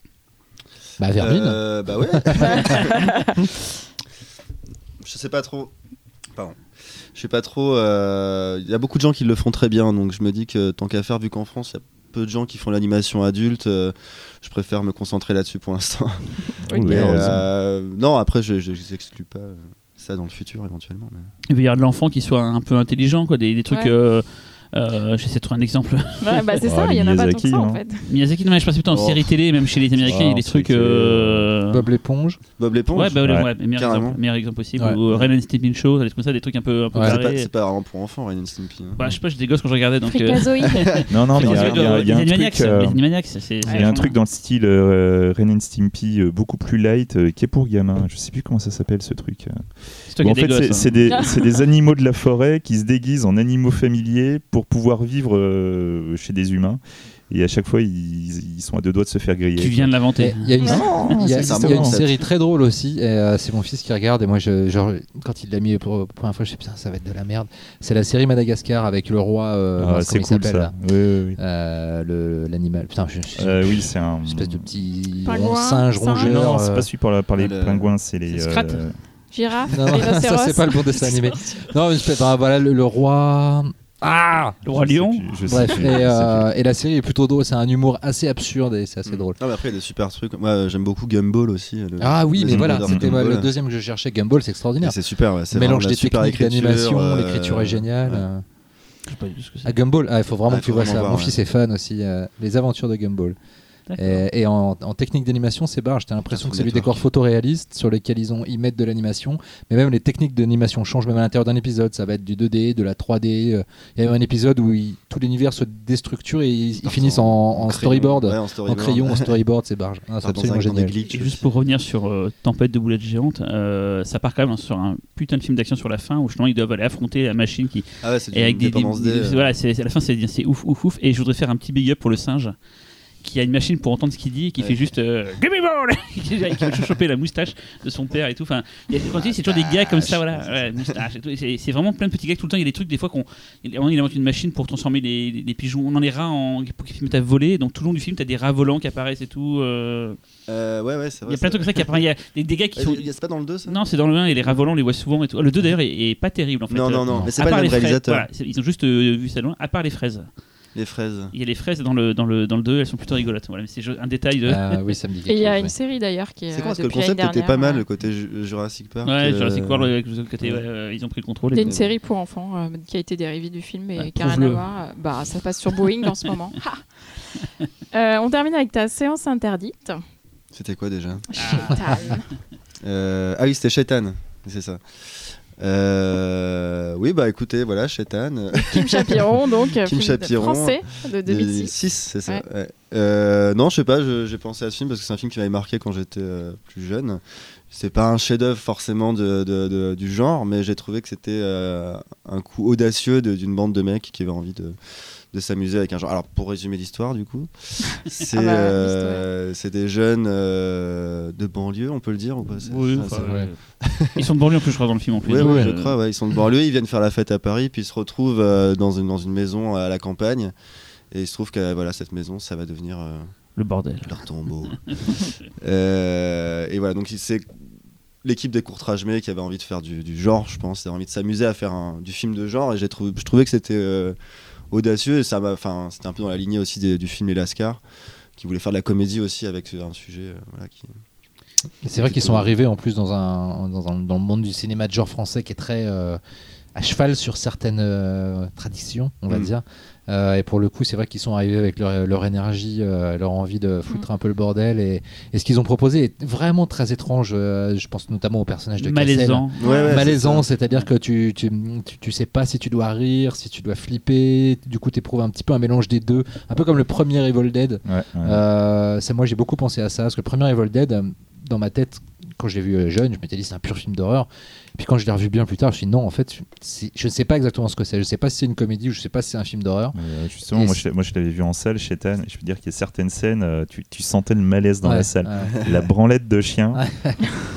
Bah, Vermine.
Euh, Bah ouais. je sais pas trop. Pardon. Je sais pas trop. euh, Il y a beaucoup de gens qui le font très bien, donc je me dis que tant qu'à faire, vu qu'en France, il y a peu de gens qui font l'animation adulte, euh, je préfère me concentrer là-dessus pour l'instant.
Oui,
Mais,
t'as raison.
euh, non, après, je n'exclus pas euh, ça dans le futur éventuellement. mais-
Il va y avoir de l'enfant qui soit un peu intelligent, quoi. Des, des trucs.
Ouais.
euh, euh, J'essaie de trouver un exemple.
Ouais, bah, C'est
Oh,
ça, il y en a pas tant que
Miyazaki,
ça en
hein.
fait.
Miyazaki, non, mais je pense plutôt en
Oh.
série télé, même chez les Américains,
Ah,
il y a
en
des
série
trucs.
télé,
euh,
Bob l'éponge.
Bob l'éponge,
Ouais, bah,
Ouais.
ouais, meilleur,
Carrément.
exemple, meilleur exemple possible.
Ouais.
Ou euh, Ren and Stimpy Show, des trucs comme ça, des trucs un peu, un peu
bah, Ouais.
c'est
barrés.
pas, c'est pas vraiment pour enfants, Ren and Stimpy. hein.
Bah, je sais pas, j'étais gosse quand je regardais. Donc, euh,
Fricazoïde.
Non, non, mais il y a- il y a- il y a un
Les
truc,
Animaniacs,
euh,
les Animaniacs, c'est- c'est.
il y a un truc dans le style euh, Ren and Stimpy euh, beaucoup plus light euh, qui est pour gamins. Je sais plus comment ça s'appelle ce truc. euh.
C'est toi
Bon,
qui
en
as des
fait, c'est-
gosses.
c'est
hein.
des, c'est des animaux de la forêt qui se déguisent en animaux familiers pour pouvoir vivre euh, chez des humains. Et à chaque fois, ils, ils sont à deux doigts de se faire griller.
Tu viens de
Et
l'inventer.
Il y a une, il y a-
c'est ça,
il y a une
bon.
série très drôle aussi. et, euh, c'est mon fils qui regarde et moi, je, genre, quand il l'a mis pour, pour la première fois, je sais putain, ça va être de la merde. C'est la série Madagascar avec le roi. euh,
Ah,
mince,
c'est
comment il
cool
s'appelle,
ça. Oui, oui, oui.
là Euh, le- L'animal. Putain, je, je-
Euh, oui, c'est un.
une espèce de petit
Pingouin,
rond- singe
singe.
Ah,
rongeur.
non, c'est
euh,
pas celui par, la- par les
Le-
pingouins, c'est les.
c'est Scrat.
euh,
Girafe,
Non, ça
rhinocéros.
c'est pas le bon dessin animé. Non, mais c'est- bah, voilà le, le roi. Ah
Le roi
je sais
lion.
plus, je sais
Bref,
plus,
et,
je sais plus.
euh, et la série est plutôt drôle. C'est un humour assez absurde et c'est assez
Mm.
drôle.
Non, mais après, il y a des super trucs. Moi, euh, j'aime beaucoup Gumball aussi. le-
Ah oui,
les
mais
Zombies
voilà,
dans
c'était
Gumball.
le deuxième que je cherchais. Gumball, c'est
Et
extraordinaire.
C'est super, ouais. c'est
Mélange
vraiment de la
des
super
techniques
écriture,
d'animation,
euh,
l'écriture est géniale.
ouais.
euh.
Je sais pas du tout ce que c'est.
Ah, Gumball, ah, il faut vraiment
Ah,
que tu
faut
vois ça.
vraiment
Mon
voir,
fils est fan aussi. euh, les aventures de Gumball.
D'accord.
Et, et en, en technique d'animation, c'est barge. T'as l'impression
Cartoon
que c'est du
Network.
décor photoréaliste sur lesquels ils, ont, ils mettent de l'animation. Mais même les techniques d'animation changent même à l'intérieur d'un épisode. Ça va être du 2D, de la 3D. euh. Il y a même un épisode où il- tout l'univers se déstructure et ils, ils
partent
finissent en, en
crayon.
storyboard.
Ouais, en
En
storyboard.
crayon, en storyboard, c'est barge. Ah,
Dans
c'est
un-
absolument
dans des
génial.
glitches
Et
aussi.
juste pour revenir sur euh, Tempête de boulettes géantes, euh, ça part quand même sur un putain de film d'action sur la fin où justement ils doivent aller affronter la machine qui.
Ah ouais, c'est
Et avec des. des-
dépendance des,
des-
euh,
voilà, c'est à la fin c'est c'est ouf, ouf, ouf. Et je voudrais faire un petit big up pour le singe qui a une machine pour entendre ce qu'il dit et qui
Ouais.
fait juste euh, Give me ball Qui va choper la moustache de son père et tout. Enfin, il y a, quand tu dis, c'est toujours des gars comme ça, voilà. Ouais, moustache et tout. Et C'est c'est vraiment plein de petits gars tout le temps. Il y a des trucs, des fois, qu'on. Il il invente une machine pour transformer les, les pigeons. On en les rats en, pour qu'ils se mettent à voler. Donc tout le long du film, t'as des rats volants qui apparaissent et tout. euh,
Euh, ouais, ouais, c'est
il
vrai.
y a plein de trucs comme ça qui apparaissent. Il y a des, des gars qui
c'est-
sont.
Il y a- C'est pas dans le 2 ça
Non, c'est dans le 1 et les rats volants, on les voit souvent et tout. Le 2 d'ailleurs est, est pas terrible en fait.
non, non,
Euh,
non, mais Bah, c'est
à
pas le
part
même
les fraises,
réalisateur.
voilà, c'est- ils ont juste euh, vu ça de loin, à part les fraises.
Les fraises.
Il y a les fraises dans le, dans le, dans le 2, elles sont plutôt rigolotes. Voilà, mais c'est ju- un détail de.
Ah oui, ça me dit
Et il
quelque
y a
chose,
une
ouais.
série d'ailleurs qui est.
C'est
euh,
con parce que le
depuis l'année
concept était pas
dernière, euh,
mal, le côté Ju- Jurassic Park.
ouais,
euh,
Jurassic World, avec le côté, ouais,
ouais.
euh, ils ont pris le contrôle.
Il y a
Et...
une série pour enfants euh, qui a été dérivée du film et
Ouais,
qui a rien à
trouve-le.
voir. euh, Bah, ça passe sur Boeing en ce moment. Ha Euh, on termine avec ta séance interdite.
Ah.
C'était quoi déjà
Shaitan.
Euh, Ah oui, c'était Shaitan. C'est ça. Euh, oui, bah écoutez, voilà, Shaitan.
Kim Chapiron, donc euh,
Kim
film de-
Chapiron.
français de 2006.
6, c'est ça.
Ouais.
ouais. Euh, non, je sais pas, je- j'ai pensé à ce film parce que c'est un film qui m'avait marqué quand j'étais euh, plus jeune. C'est pas un chef-d'œuvre forcément de, de- de- du genre, mais j'ai trouvé que c'était euh, un coup audacieux de- d'une bande de mecs qui avaient envie de, de s'amuser avec un genre. Alors, pour résumer l'histoire, du coup, c'est
Ah bah,
euh, c'est des jeunes euh, de banlieue, on peut le dire ou pas c'est-
Oui,
ça,
enfin,
ça-
vrai.
euh, Ils sont de banlieue en plus, je crois, dans le film en plus.
oui,
Donc,
oui, je
euh,
crois. ouais. Ils sont de banlieue, ils viennent faire la fête à Paris, puis ils se retrouvent euh, dans, une, dans une maison à la campagne. Et il se trouve que euh, voilà, cette maison, ça va devenir euh,
Le bordel.
leur tombeau. Euh, et voilà, donc il- c'est l'équipe des Courtrajmé qui avait envie de faire du, du genre, je pense, qui avait envie de s'amuser à faire un- du film de genre. Et j'ai trouvé, je trouvais que c'était euh, audacieux et ça m'a, enfin, c'était un peu dans la lignée aussi des- du film Les Lascars, qui voulait faire de la comédie aussi avec un sujet euh, voilà, qui,
C'est vrai qu'ils sont
Plutôt-
arrivés en plus dans, un, dans, un- dans le monde du cinéma de genre français qui est très euh, à cheval sur certaines euh, traditions, on va
Mm.
dire. Euh, et pour le coup, c'est vrai qu'ils sont arrivés avec leur, leur énergie, euh, leur envie de foutre un peu le bordel. Et, et ce qu'ils ont proposé est vraiment très étrange. euh, je pense notamment au
Ah,
personnage de Cassel.
malaisant.
Ouais, ouais,
malaisant, c'est-à-dire que tu, tu, tu, tu sais pas si tu dois rire, si tu dois flipper, du coup t'éprouves un petit peu un mélange des deux, un peu comme le premier Evil Dead.
Ouais, ouais.
Euh, c'est moi j'ai beaucoup pensé à ça, parce que le premier Evil Dead, euh, dans ma tête, quand je l'ai vu euh, jeune, je m'étais dit c'est un pur film d'horreur, Et puis quand je l'ai revu bien plus tard, je me suis dit non, en fait, c'est- je ne sais pas exactement ce que c'est, je sais pas si c'est une comédie ou je sais pas si c'est un film d'horreur.
Mais, euh, justement,
Et
moi
c'est-
je, moi, je l'avais vu en salle chez Tan, et je peux dire qu'il y a certaines scènes, euh, tu, tu sentais le malaise dans
Ouais, Ah
la salle.
ouais.
La branlette de chien.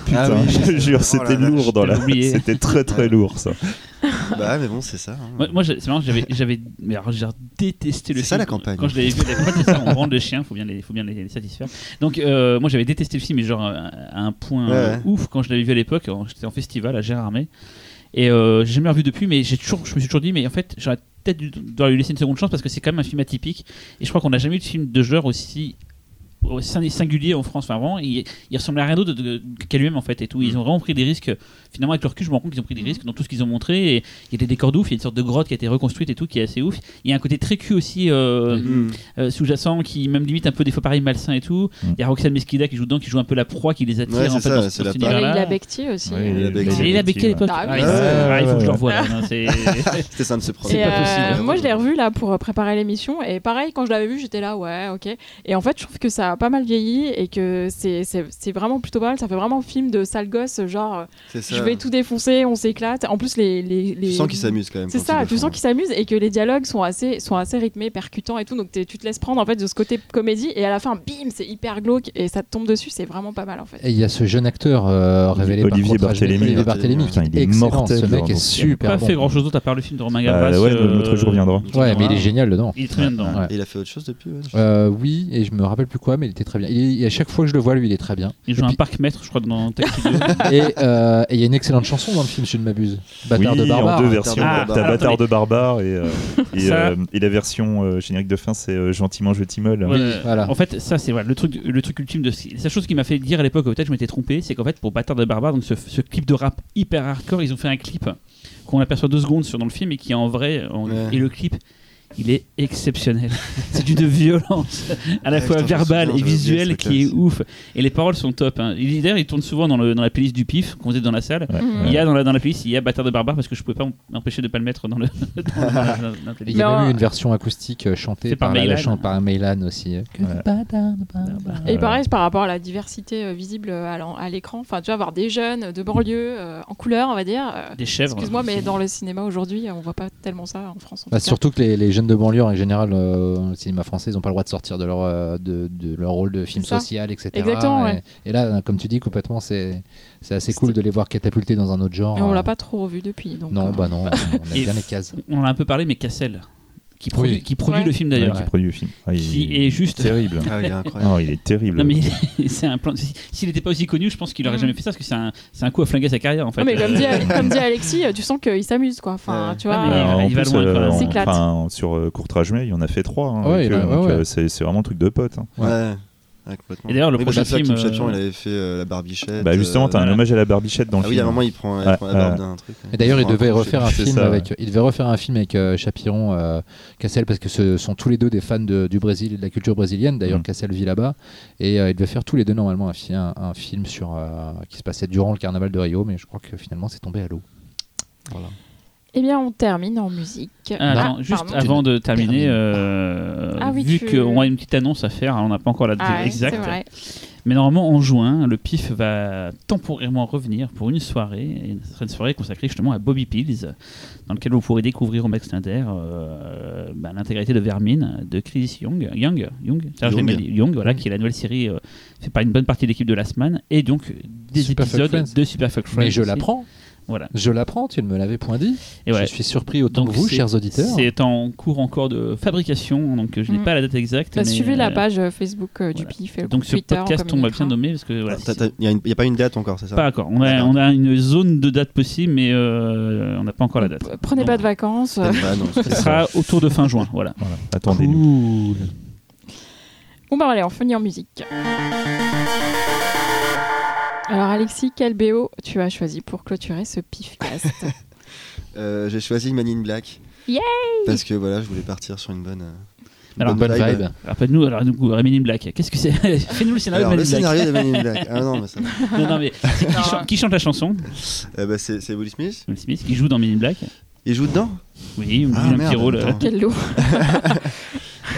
Putain,
Ah oui,
je te
je-
jure,
oh
c'était
la vache,
lourd dans
je
la.
l'ai oublié.
C'était très très lourd ça.
c'est- Bah, mais bon, c'est ça. hein.
Moi, moi, j'ai- c'est marrant, j'avais, j'avais, mais alors, j'ai détesté le
C'est
film.
ça, la campagne.
Quand je l'avais vu, la campagne, c'est ça, on rend les chiens, faut bien les, faut bien les, les satisfaire. Donc, euh, moi, j'avais détesté le film, mais genre euh, à un point
Ouais,
euh,
ouais.
ouf quand je l'avais vu à l'époque. en- J'étais en festival à Gérardmer et euh, j'ai jamais revu depuis, mais j'ai toujours, je me suis toujours dit, mais en fait, j'aurais peut-être dû devoir lui laisser une seconde chance parce que c'est quand même un film atypique. Et je crois qu'on n'a jamais eu de film de genre aussi aussi singulier en France enfin vraiment il, il ressemblait à rien d'autre de- de- qu'à lui-même en fait et tout
Mm.
ils ont vraiment pris des risques finalement avec leur recul je me rends compte qu'ils ont pris des risques dans tout ce qu'ils ont montré et il y a des décors de ouf, il y a une sorte de grotte qui a été reconstruite et tout, qui est assez ouf. Il y a un côté très cul aussi euh,
Mm.
euh, sous-jacent, qui même limite un peu des faux paris malsains et tout.
Mm.
Il y a Roxane Mesquida qui joue dedans, qui joue un peu la proie, qui les attire
Ouais,
en
c'est
fait
ça,
dans,
c'est
dans
la
cet
part.
Il
univers-là.
a Leila Becti aussi.
Oui,
euh,
Leila
Becti.
Et il a becqué à l'époque.
Ah oui.
Ah, il-
Ouais,
il faut que je le
ouais,
revoie. là, non, c'est-
C'était ça de ses
C'est
Et,
problèmes.
pas
euh,
possible. hein.
moi, je l'ai revu là pour euh, préparer l'émission. Et pareil, quand je l'avais vu, j'étais là, ouais, ok. Et en fait, je trouve que ça a pas mal vieilli et que c'est- c'est c'est vraiment plutôt pas mal. Ça fait vraiment film de sale gosse, genre euh,
C'est ça.
je vais tout défoncer, on s'éclate. En plus, les. les,
Tu
les-
sens qu'il s'amuse quand même.
C'est
quand
ça,
ils le
tu
font.
sens qu'ils s'amusent et que les dialogues sont assez, sont assez rythmés, percutants et tout. Donc t'es- tu te laisses prendre en fait de ce côté comédie et à la fin, bim, c'est hyper glauque et ça te tombe dessus, c'est vraiment pas mal en fait.
Et il y a ce jeune acteur euh, révélé par
Olivier
contre,
Barthélémy.
Olivier Barthélémy,
Putain,
qui
il est
excellent,
mortel
ce mec
dans
est
ce film.
Il n'a
super
pas fait
bon.
grand-chose d'autre à part le film de Romain Gavras.
Bah, ouais,
euh,
notre jour viendra.
Ouais, mais il est génial dedans.
Il est très bien dedans.
Ouais.
Et il a fait autre chose depuis ouais, je-
Euh, oui, et je me rappelle plus quoi, mais il était très bien. Il- et à chaque fois que je le vois, lui, il est très bien.
Il
Et
joue un
puis-
parc maître, je crois, dans Taxi 2.
Et euh, et il y a une excellente chanson dans le film, si je ne m'abuse. Bâtard
oui,
de barbare.
en deux versions.
Ah,
T'as
alors,
Bâtard de Barbare et, euh, et,
Ça-
euh, et la version euh, générique de fin, c'est euh, Gentiment je t'immole.
Voilà.
voilà.
En fait, ça c'est voilà, le truc, le truc ultime de la chose qui m'a fait dire à l'époque, peut-être je m'étais trompé, c'est qu'en fait pour Bâtard de Barbare, donc ce, ce clip de rap hyper hardcore, ils ont fait un clip qu'on aperçoit deux secondes sur dans le film et qui en vrai, en-
Ouais.
et le clip. Il est exceptionnel. C'est d'une violence à la
Ouais,
fois
putain, je me
verbale
souviens,
et
j'avais oublié
visuelle
ce
qui est
truc-là
ouf. Et les paroles sont top. hein. Il- D'ailleurs, il tourne souvent dans, le- dans la playlist du pif qu'on faisait dans la salle.
Ouais,
Mhm.
ouais.
Il y a dans la, dans la playlist, il y a Bâtard de Barbare parce que je pouvais pas m'empêcher de pas le mettre dans le. dans la- dans la- dans la
Il
playlist.
y a
Non.
même eu une version acoustique euh, chantée
C'est par
par, la- la
Meylan.
chan- par Meylan aussi. euh, que
Ouais.
du bâtard de barbare.
Et pareil, par rapport à la diversité euh, visible à l'en- à l'écran, enfin, tu vas avoir des jeunes de banlieue euh, en couleur, on va dire. euh,
Des chèvres.
Excuse-moi, mais dans le cinéma aujourd'hui, euh, on voit pas tellement ça en France. en
Bah,
tout cas.
surtout que les, les jeunes de banlieue, en général, euh, le cinéma français, ils n'ont pas le droit de sortir de leur, euh, de, de leur rôle de film
C'est ça.
social, etc.
Exactement,
et,
ouais.
et là, euh, comme tu dis, complètement, c'est c'est assez cool de les voir catapultés dans un autre genre.
Et on
euh,
l'a pas trop revu depuis. Donc,
Non,
euh,
bah non, on a
Et-
bien les cases.
On en a un peu parlé, mais Cassel, qui produit,
Oui.
qui produit
Ouais.
le film d'ailleurs,
Ouais,
Ouais.
qui produit le film. Ah,
qui
il
est juste.
terrible.
Ah, il est incroyable.
Non, il est terrible.
Non mais c'est un plan. si- S'il n'était pas aussi connu, je pense qu'il aurait
Mm.
jamais fait ça parce que c'est un, c'est un coup à flinguer sa carrière en fait.
Non, mais comme
Euh,
dit, comme dit Alexis, euh, tu sens qu'il s'amuse, quoi. Enfin,
Ouais.
tu vois.
Ah, mais-
euh,
Alors,
il
en
va
plus,
loin, quand même.
on-
S'éclate.
enfin, sur euh, Courtrage May, il y en a fait trois. hein,
Ouais,
avec
il a-
eux, donc,
ouais,
euh,
ouais.
c'est c'est vraiment un truc de pote. hein.
Ouais. ouais, complètement.
Et d'ailleurs, le
Oui, bah,
prochain
je sais que
film,
Kim Chapion,
euh,
il avait fait euh, la barbichette.
Bah justement, t'as
euh,
un
voilà.
hommage à la barbichette dans le
Ah oui, à un
film.
moment, il prend, il
Ouais,
prend la barbe
ouais.
d'un truc.
Et d'ailleurs, il
prend un
devait
crochet.
refaire un
c'est
film
ça,
avec, il devait refaire un film avec euh, Chapiron, euh, Cassel, parce que ce sont tous les deux des fans de- du Brésil et de la culture brésilienne. D'ailleurs,
Mm.
Cassel vit là-bas, et euh, ils devaient faire tous les deux normalement un, fi- un- un film sur euh, qui se passait durant le carnaval de Rio, mais je crois que finalement, c'est tombé à l'eau. Voilà.
Eh bien, on termine en musique.
ah, attends,
Ah,
juste
pardon.
avant de terminer,
Termine.
euh,
Ah oui,
vu
tu-
qu'on a une petite annonce à faire, hein, on n'a pas encore la date
Ah ouais, c'est
exacte,
vrai.
mais normalement en juin, le PIF va temporairement revenir pour une soirée, et ce sera une soirée consacrée justement à Bobby Pills, dans laquelle vous pourrez découvrir au Max Linder euh, bah, l'intégralité de Vermine de Chris Young, Young, Young, Serge
Young.
Emile Young, voilà, qui est la nouvelle série euh, faite par une bonne partie de l'équipe de Last Man, et donc des
Superfuck
épisodes
Friends.
de Superfuck Friends.
Mais je
aussi.
l'apprends.
Voilà.
Je l'apprends, tu ne me l'avais point dit.
Et
Je
ouais.
suis surpris autant
Donc,
que vous,
c'est-
chers auditeurs.
C'est en cours encore de fabrication, donc euh, je n'ai
Mm.
pas la date exacte.
Bah,
mais,
suivez
euh,
la page euh, Facebook euh, du
voilà.
PIF et le
Donc
compte
ce
Twitter,
podcast, on va bien
communiquera.
nommer parce que voilà, si-
Il n'y a, pas une date encore, c'est ça
pas encore. On a,
D'accord.
on a une zone de date possible, mais euh, on n'a pas encore la date.
P- Prenez pas de vacances. euh.
Ah, non,
Ce sera autour de fin juin, voilà.
Voilà. Attendez-nous.
Cool.
Bon bah allez, on finit en musique. Alors Alexis, quel BO tu as choisi pour clôturer ce PIFcast
Euh, j'ai choisi Man in Black.
Yay
Parce que voilà, je voulais partir sur une bonne. euh, une
Alors, euh,
Bonne vibe.
Rappelle-nous, alors, du coup, Remini Black, qu'est-ce que c'est Fais-nous le scénario
Alors,
de
le
Man in Black.
scénario de Man in Black. Ah non, mais ça.
Non, non, mais c'est qui, chan- qui chante la chanson
Euh, bah, c'est, c'est Will Smith.
Will Smith, qui joue dans Men in Black.
Il joue dedans
Oui,
Ah,
il a un
merde,
petit rôle. euh,
attends.
Quel lot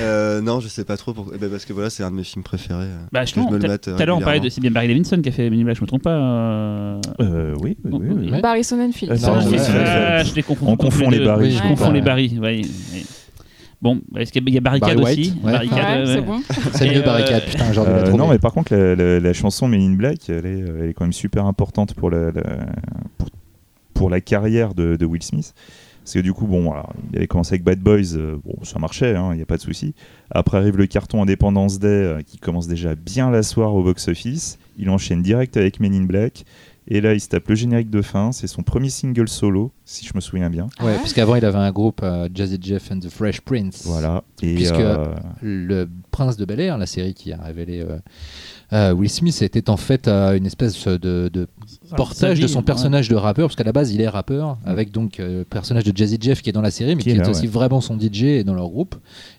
Euh, Non, je sais pas trop. Pour... eh ben, parce que voilà, c'est un de mes films préférés. euh,
Bah,
que
je non,
me le
t'a-
mate, euh,
Tout à l'heure, on parlait de.
régulièrement.
C'est bien Barry Levinson qui a fait Men in Black, je me trompe pas. euh,
Euh, oui, oui, oui, oui.
Ouais.
Barry Sonnenfield.
Euh,
Ah,
Pardon,
oui,
ouais,
c'est
ouais,
vrai,
ouais.
je les confonds.
On confond les
les deux.
barils.
Oui,
je
on
On confond
comprends.
les barils, ouais, ouais. Bon, est-ce qu'il y a- il y a Barricade
Barry
aussi
White, ouais.
Ouais,
Barricade,
c'est
ouais.
bon.
C'est
Et,
mieux
euh,
barricade, putain, j'aurais dû
Euh,
la trouver.
non, mais par contre, la, la- la chanson Men in Black, elle est, elle est quand même super importante pour la, la- pour, pour la carrière de, de Will Smith. Parce que du coup, bon, alors, il avait commencé avec Bad Boys, euh, bon, ça marchait, hein, il n'y a pas de souci. Après arrive le carton Independence Day, euh, qui commence déjà bien la soirée au box-office. Il enchaîne direct avec Men in Black. Et là, il se tape le générique de fin. C'est son premier single solo, si je me souviens bien.
Ouais,
Ah.
puisqu'avant, il avait un groupe, euh, Jazzy Jeff and the Fresh Prince.
Voilà. Et,
Puisque-
euh,
Le Prince de Bel Air, la série qui a révélé euh, euh, Will Smith, était en fait euh, une espèce de, de portage de son personnage de rappeur, parce qu'à la base il est rappeur, avec donc euh, le personnage de Jazzy Jeff qui est dans la série, mais
Qui
qui,
est
est,
là,
aussi
ouais.
vraiment son DJ et dans leur groupe.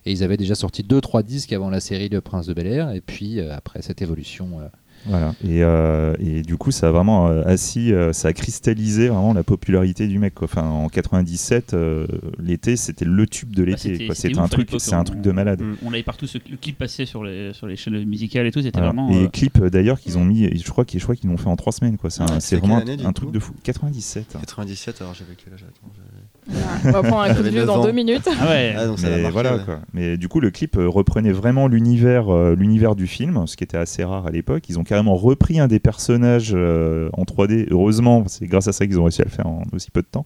Et ils avaient déjà sorti 2-3 disques avant la série de Prince de Bel Air, et puis euh, après cette évolution. euh,
Voilà. Et, euh, et du coup, ça a vraiment euh, assis, euh, ça a cristallisé vraiment la popularité du mec. quoi. Enfin, en 97, euh, l'été, c'était le tube de l'été.
Bah, c'était-
quoi.
c'était
Bah, c'était
ouf
un
à
truc,
l'époque, hein. Mmh.
c'est un
on-
truc de malade.
Mm.
On l'avait partout, ce- le clip passait sur les, sur les chaînes musicales et tout, c'était
Voilà.
vraiment.
Et
euh,
clip euh, d'ailleurs qu'ils ont mis, et je crois qu'ils, je crois qu'ils l'ont fait en trois semaines. Quoi. C'est, un-
Ouais,
c'est
c'est
vraiment
quelle année, du
un truc
coup
de fou. hein. 97.
97, alors j'avais quel âge Attends, j'avais-
On va prendre un coup de
J'avais
vieux
neuf
dans
ans.
deux minutes.
Ah ouais,
Ah, donc ça l'a
Mais
marqué,
voilà
ouais.
quoi. Mais du coup, le clip euh, reprenait vraiment l'univers, euh, l'univers du film, ce qui était assez rare à l'époque. Ils ont carrément repris un des personnages euh, en 3D. Heureusement, c'est grâce à ça qu'ils ont réussi à le faire en aussi peu de temps.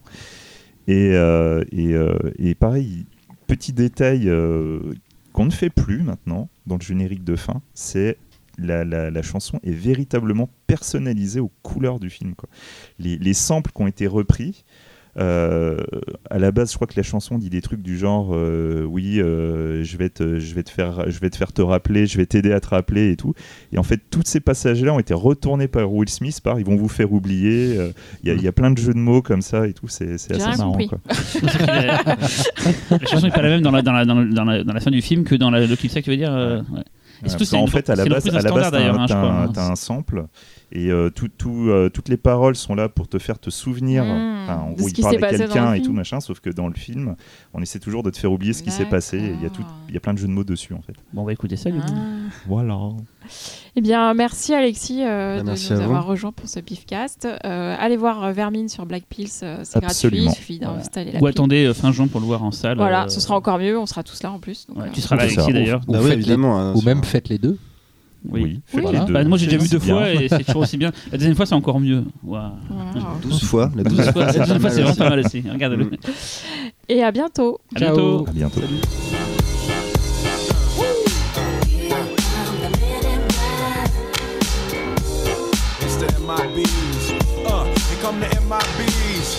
Et, euh, et, euh, et pareil, petit détail euh, qu'on ne fait plus maintenant dans le générique de fin, c'est la, la- la chanson est véritablement personnalisée aux couleurs du film. Quoi. Les, les samples qui ont été repris, euh, à la base, je crois que la chanson dit des trucs du genre euh, oui, euh, je vais te, je vais te faire, je vais te faire te rappeler, je vais t'aider à te rappeler et tout. Et en fait, tous ces passages-là ont été retournés par Will Smith par ils vont vous faire oublier. euh, Il y, a- il y a plein de jeux de mots comme ça et tout. C'est c'est
J'ai
assez
rien
marrant.
compris.
quoi.
la chanson n'est pas la même dans la, dans, la, dans, la, dans, la, dans la fin du film que dans la- le clip, ça que tu veux dire euh, ouais. Et
Ouais,
surtout,
parce
c'est
qu'en
une-
bah, fait, à la
c'est une
base,
reprise
à
d'un
la base, t'as
standard, d'ailleurs,
un,
hein, je
t'as
crois,
un-
hein.
t'as un sample et euh, tout, tout, euh, toutes les paroles sont là pour te faire te souvenir.
Mmh,
Enfin, en
de
gros,
ce
il
qui
parle
s'est
à
passé dans
quelqu'un
le
et tout
film.
machin, sauf que dans le film, on essaie toujours de te faire oublier ce qui s'est passé. et Il y a tout,
D'accord.
il y a plein de jeux de mots dessus en fait.
Bon, on va écouter ça, du coup.
Ah.
Voilà.
Eh bien, merci Alexis euh,
Bah,
de
merci
nous
à
avoir rejoint pour ce PIFcast. Euh, allez voir euh, Vermine sur Black Pills, euh, c'est gratuit, il
Absolument.
suffit d'installer
Ou
la pile.
attendez euh, fin juin pour le voir en salle.
Voilà,
euh,
ce sera encore mieux, on sera tous là en plus. donc,
ouais,
euh,
tu seras là,
C'est ça, on-
Alexis, d'ailleurs.
ou
Bah oui,
faites les-
évidemment. hein,
ou
c'est-
même faites les deux.
Oui.
Oui.
faites
Oui.
les deux.
Bah, moi j'ai déjà vu
C'est
deux
bien.
fois et c'est toujours aussi bien. La deuxième fois c'est encore mieux. Waouh.
voilà.
12 fois. La
12 fois, la
c'est
deuxième
pas
fois c'est
mal
vraiment
aussi.
pas mal aussi. Regardez-le.
Mm.
Et à bientôt.
À bientôt.
À bientôt.
It's the MIBs. Uh, here come the MIBs.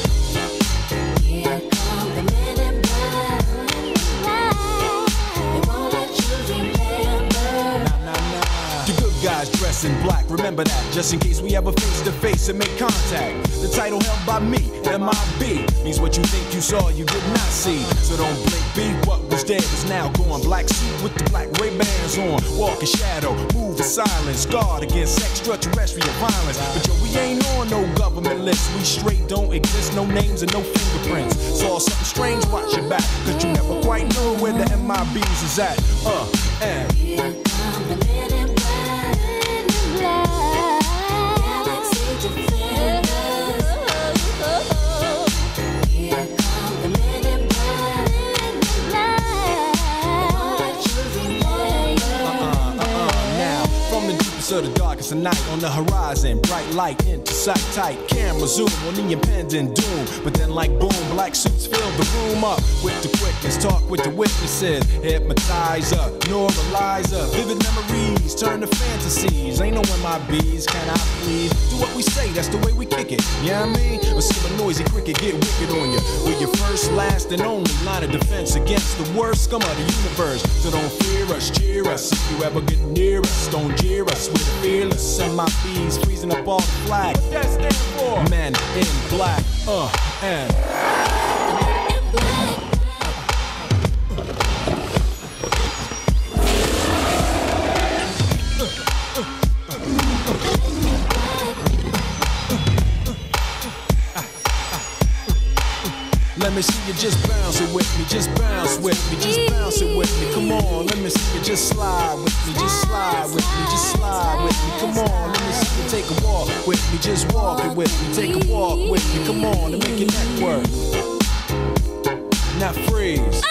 Nah, nah, nah. The good guys dress in black. Remember that, just in case we ever face to face and make contact. The title held by me, MIB, means what you think you saw, you did not see. So don't blink, be what was dead is now gone. Black suit with the black Ray Bans on. Walk in shadow, move in silence. Guard against extraterrestrial violence. But yo, we ain't on no government list. We straight don't exist, no names and no fingerprints. Saw something strange, watch your back. Cause you never quite know where the MIBs is at. Uh, and.
Yeah.
Uh-uh, Now, from the deep So the darkest of night on the horizon, bright light into sight tight. Camera zoom on the impending doom. But then, like boom, black suits fill the room up with the quickness. Talk with the witnesses, hypnotizer, normalizer. Vivid memories turn to fantasies. Ain't no one my bees, can I please? Do what we say, that's the way we kick it. Yeah, I mean, or see a noisy cricket get wicked on you. We're your first, last, and only line of defense against the worst scum of the universe. So don't fear us, cheer us. If you ever get near us, don't jeer us. We're the fearless, and my bees freezing up all the flag. That's there for men in black. Uh, and. Let me see you just bounce it with me, just bounce with me, just bounce it with me. Come on, let me see you just slide with me, just slide with me, just slide with me. Come on, let me see you take a walk with me, just walk it with me, take a walk with me. Come on, and make your neck work. Now freeze.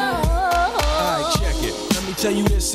Alright, check it. Let me tell you this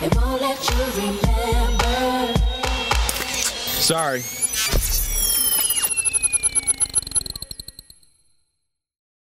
They won't let you remember.
Sorry.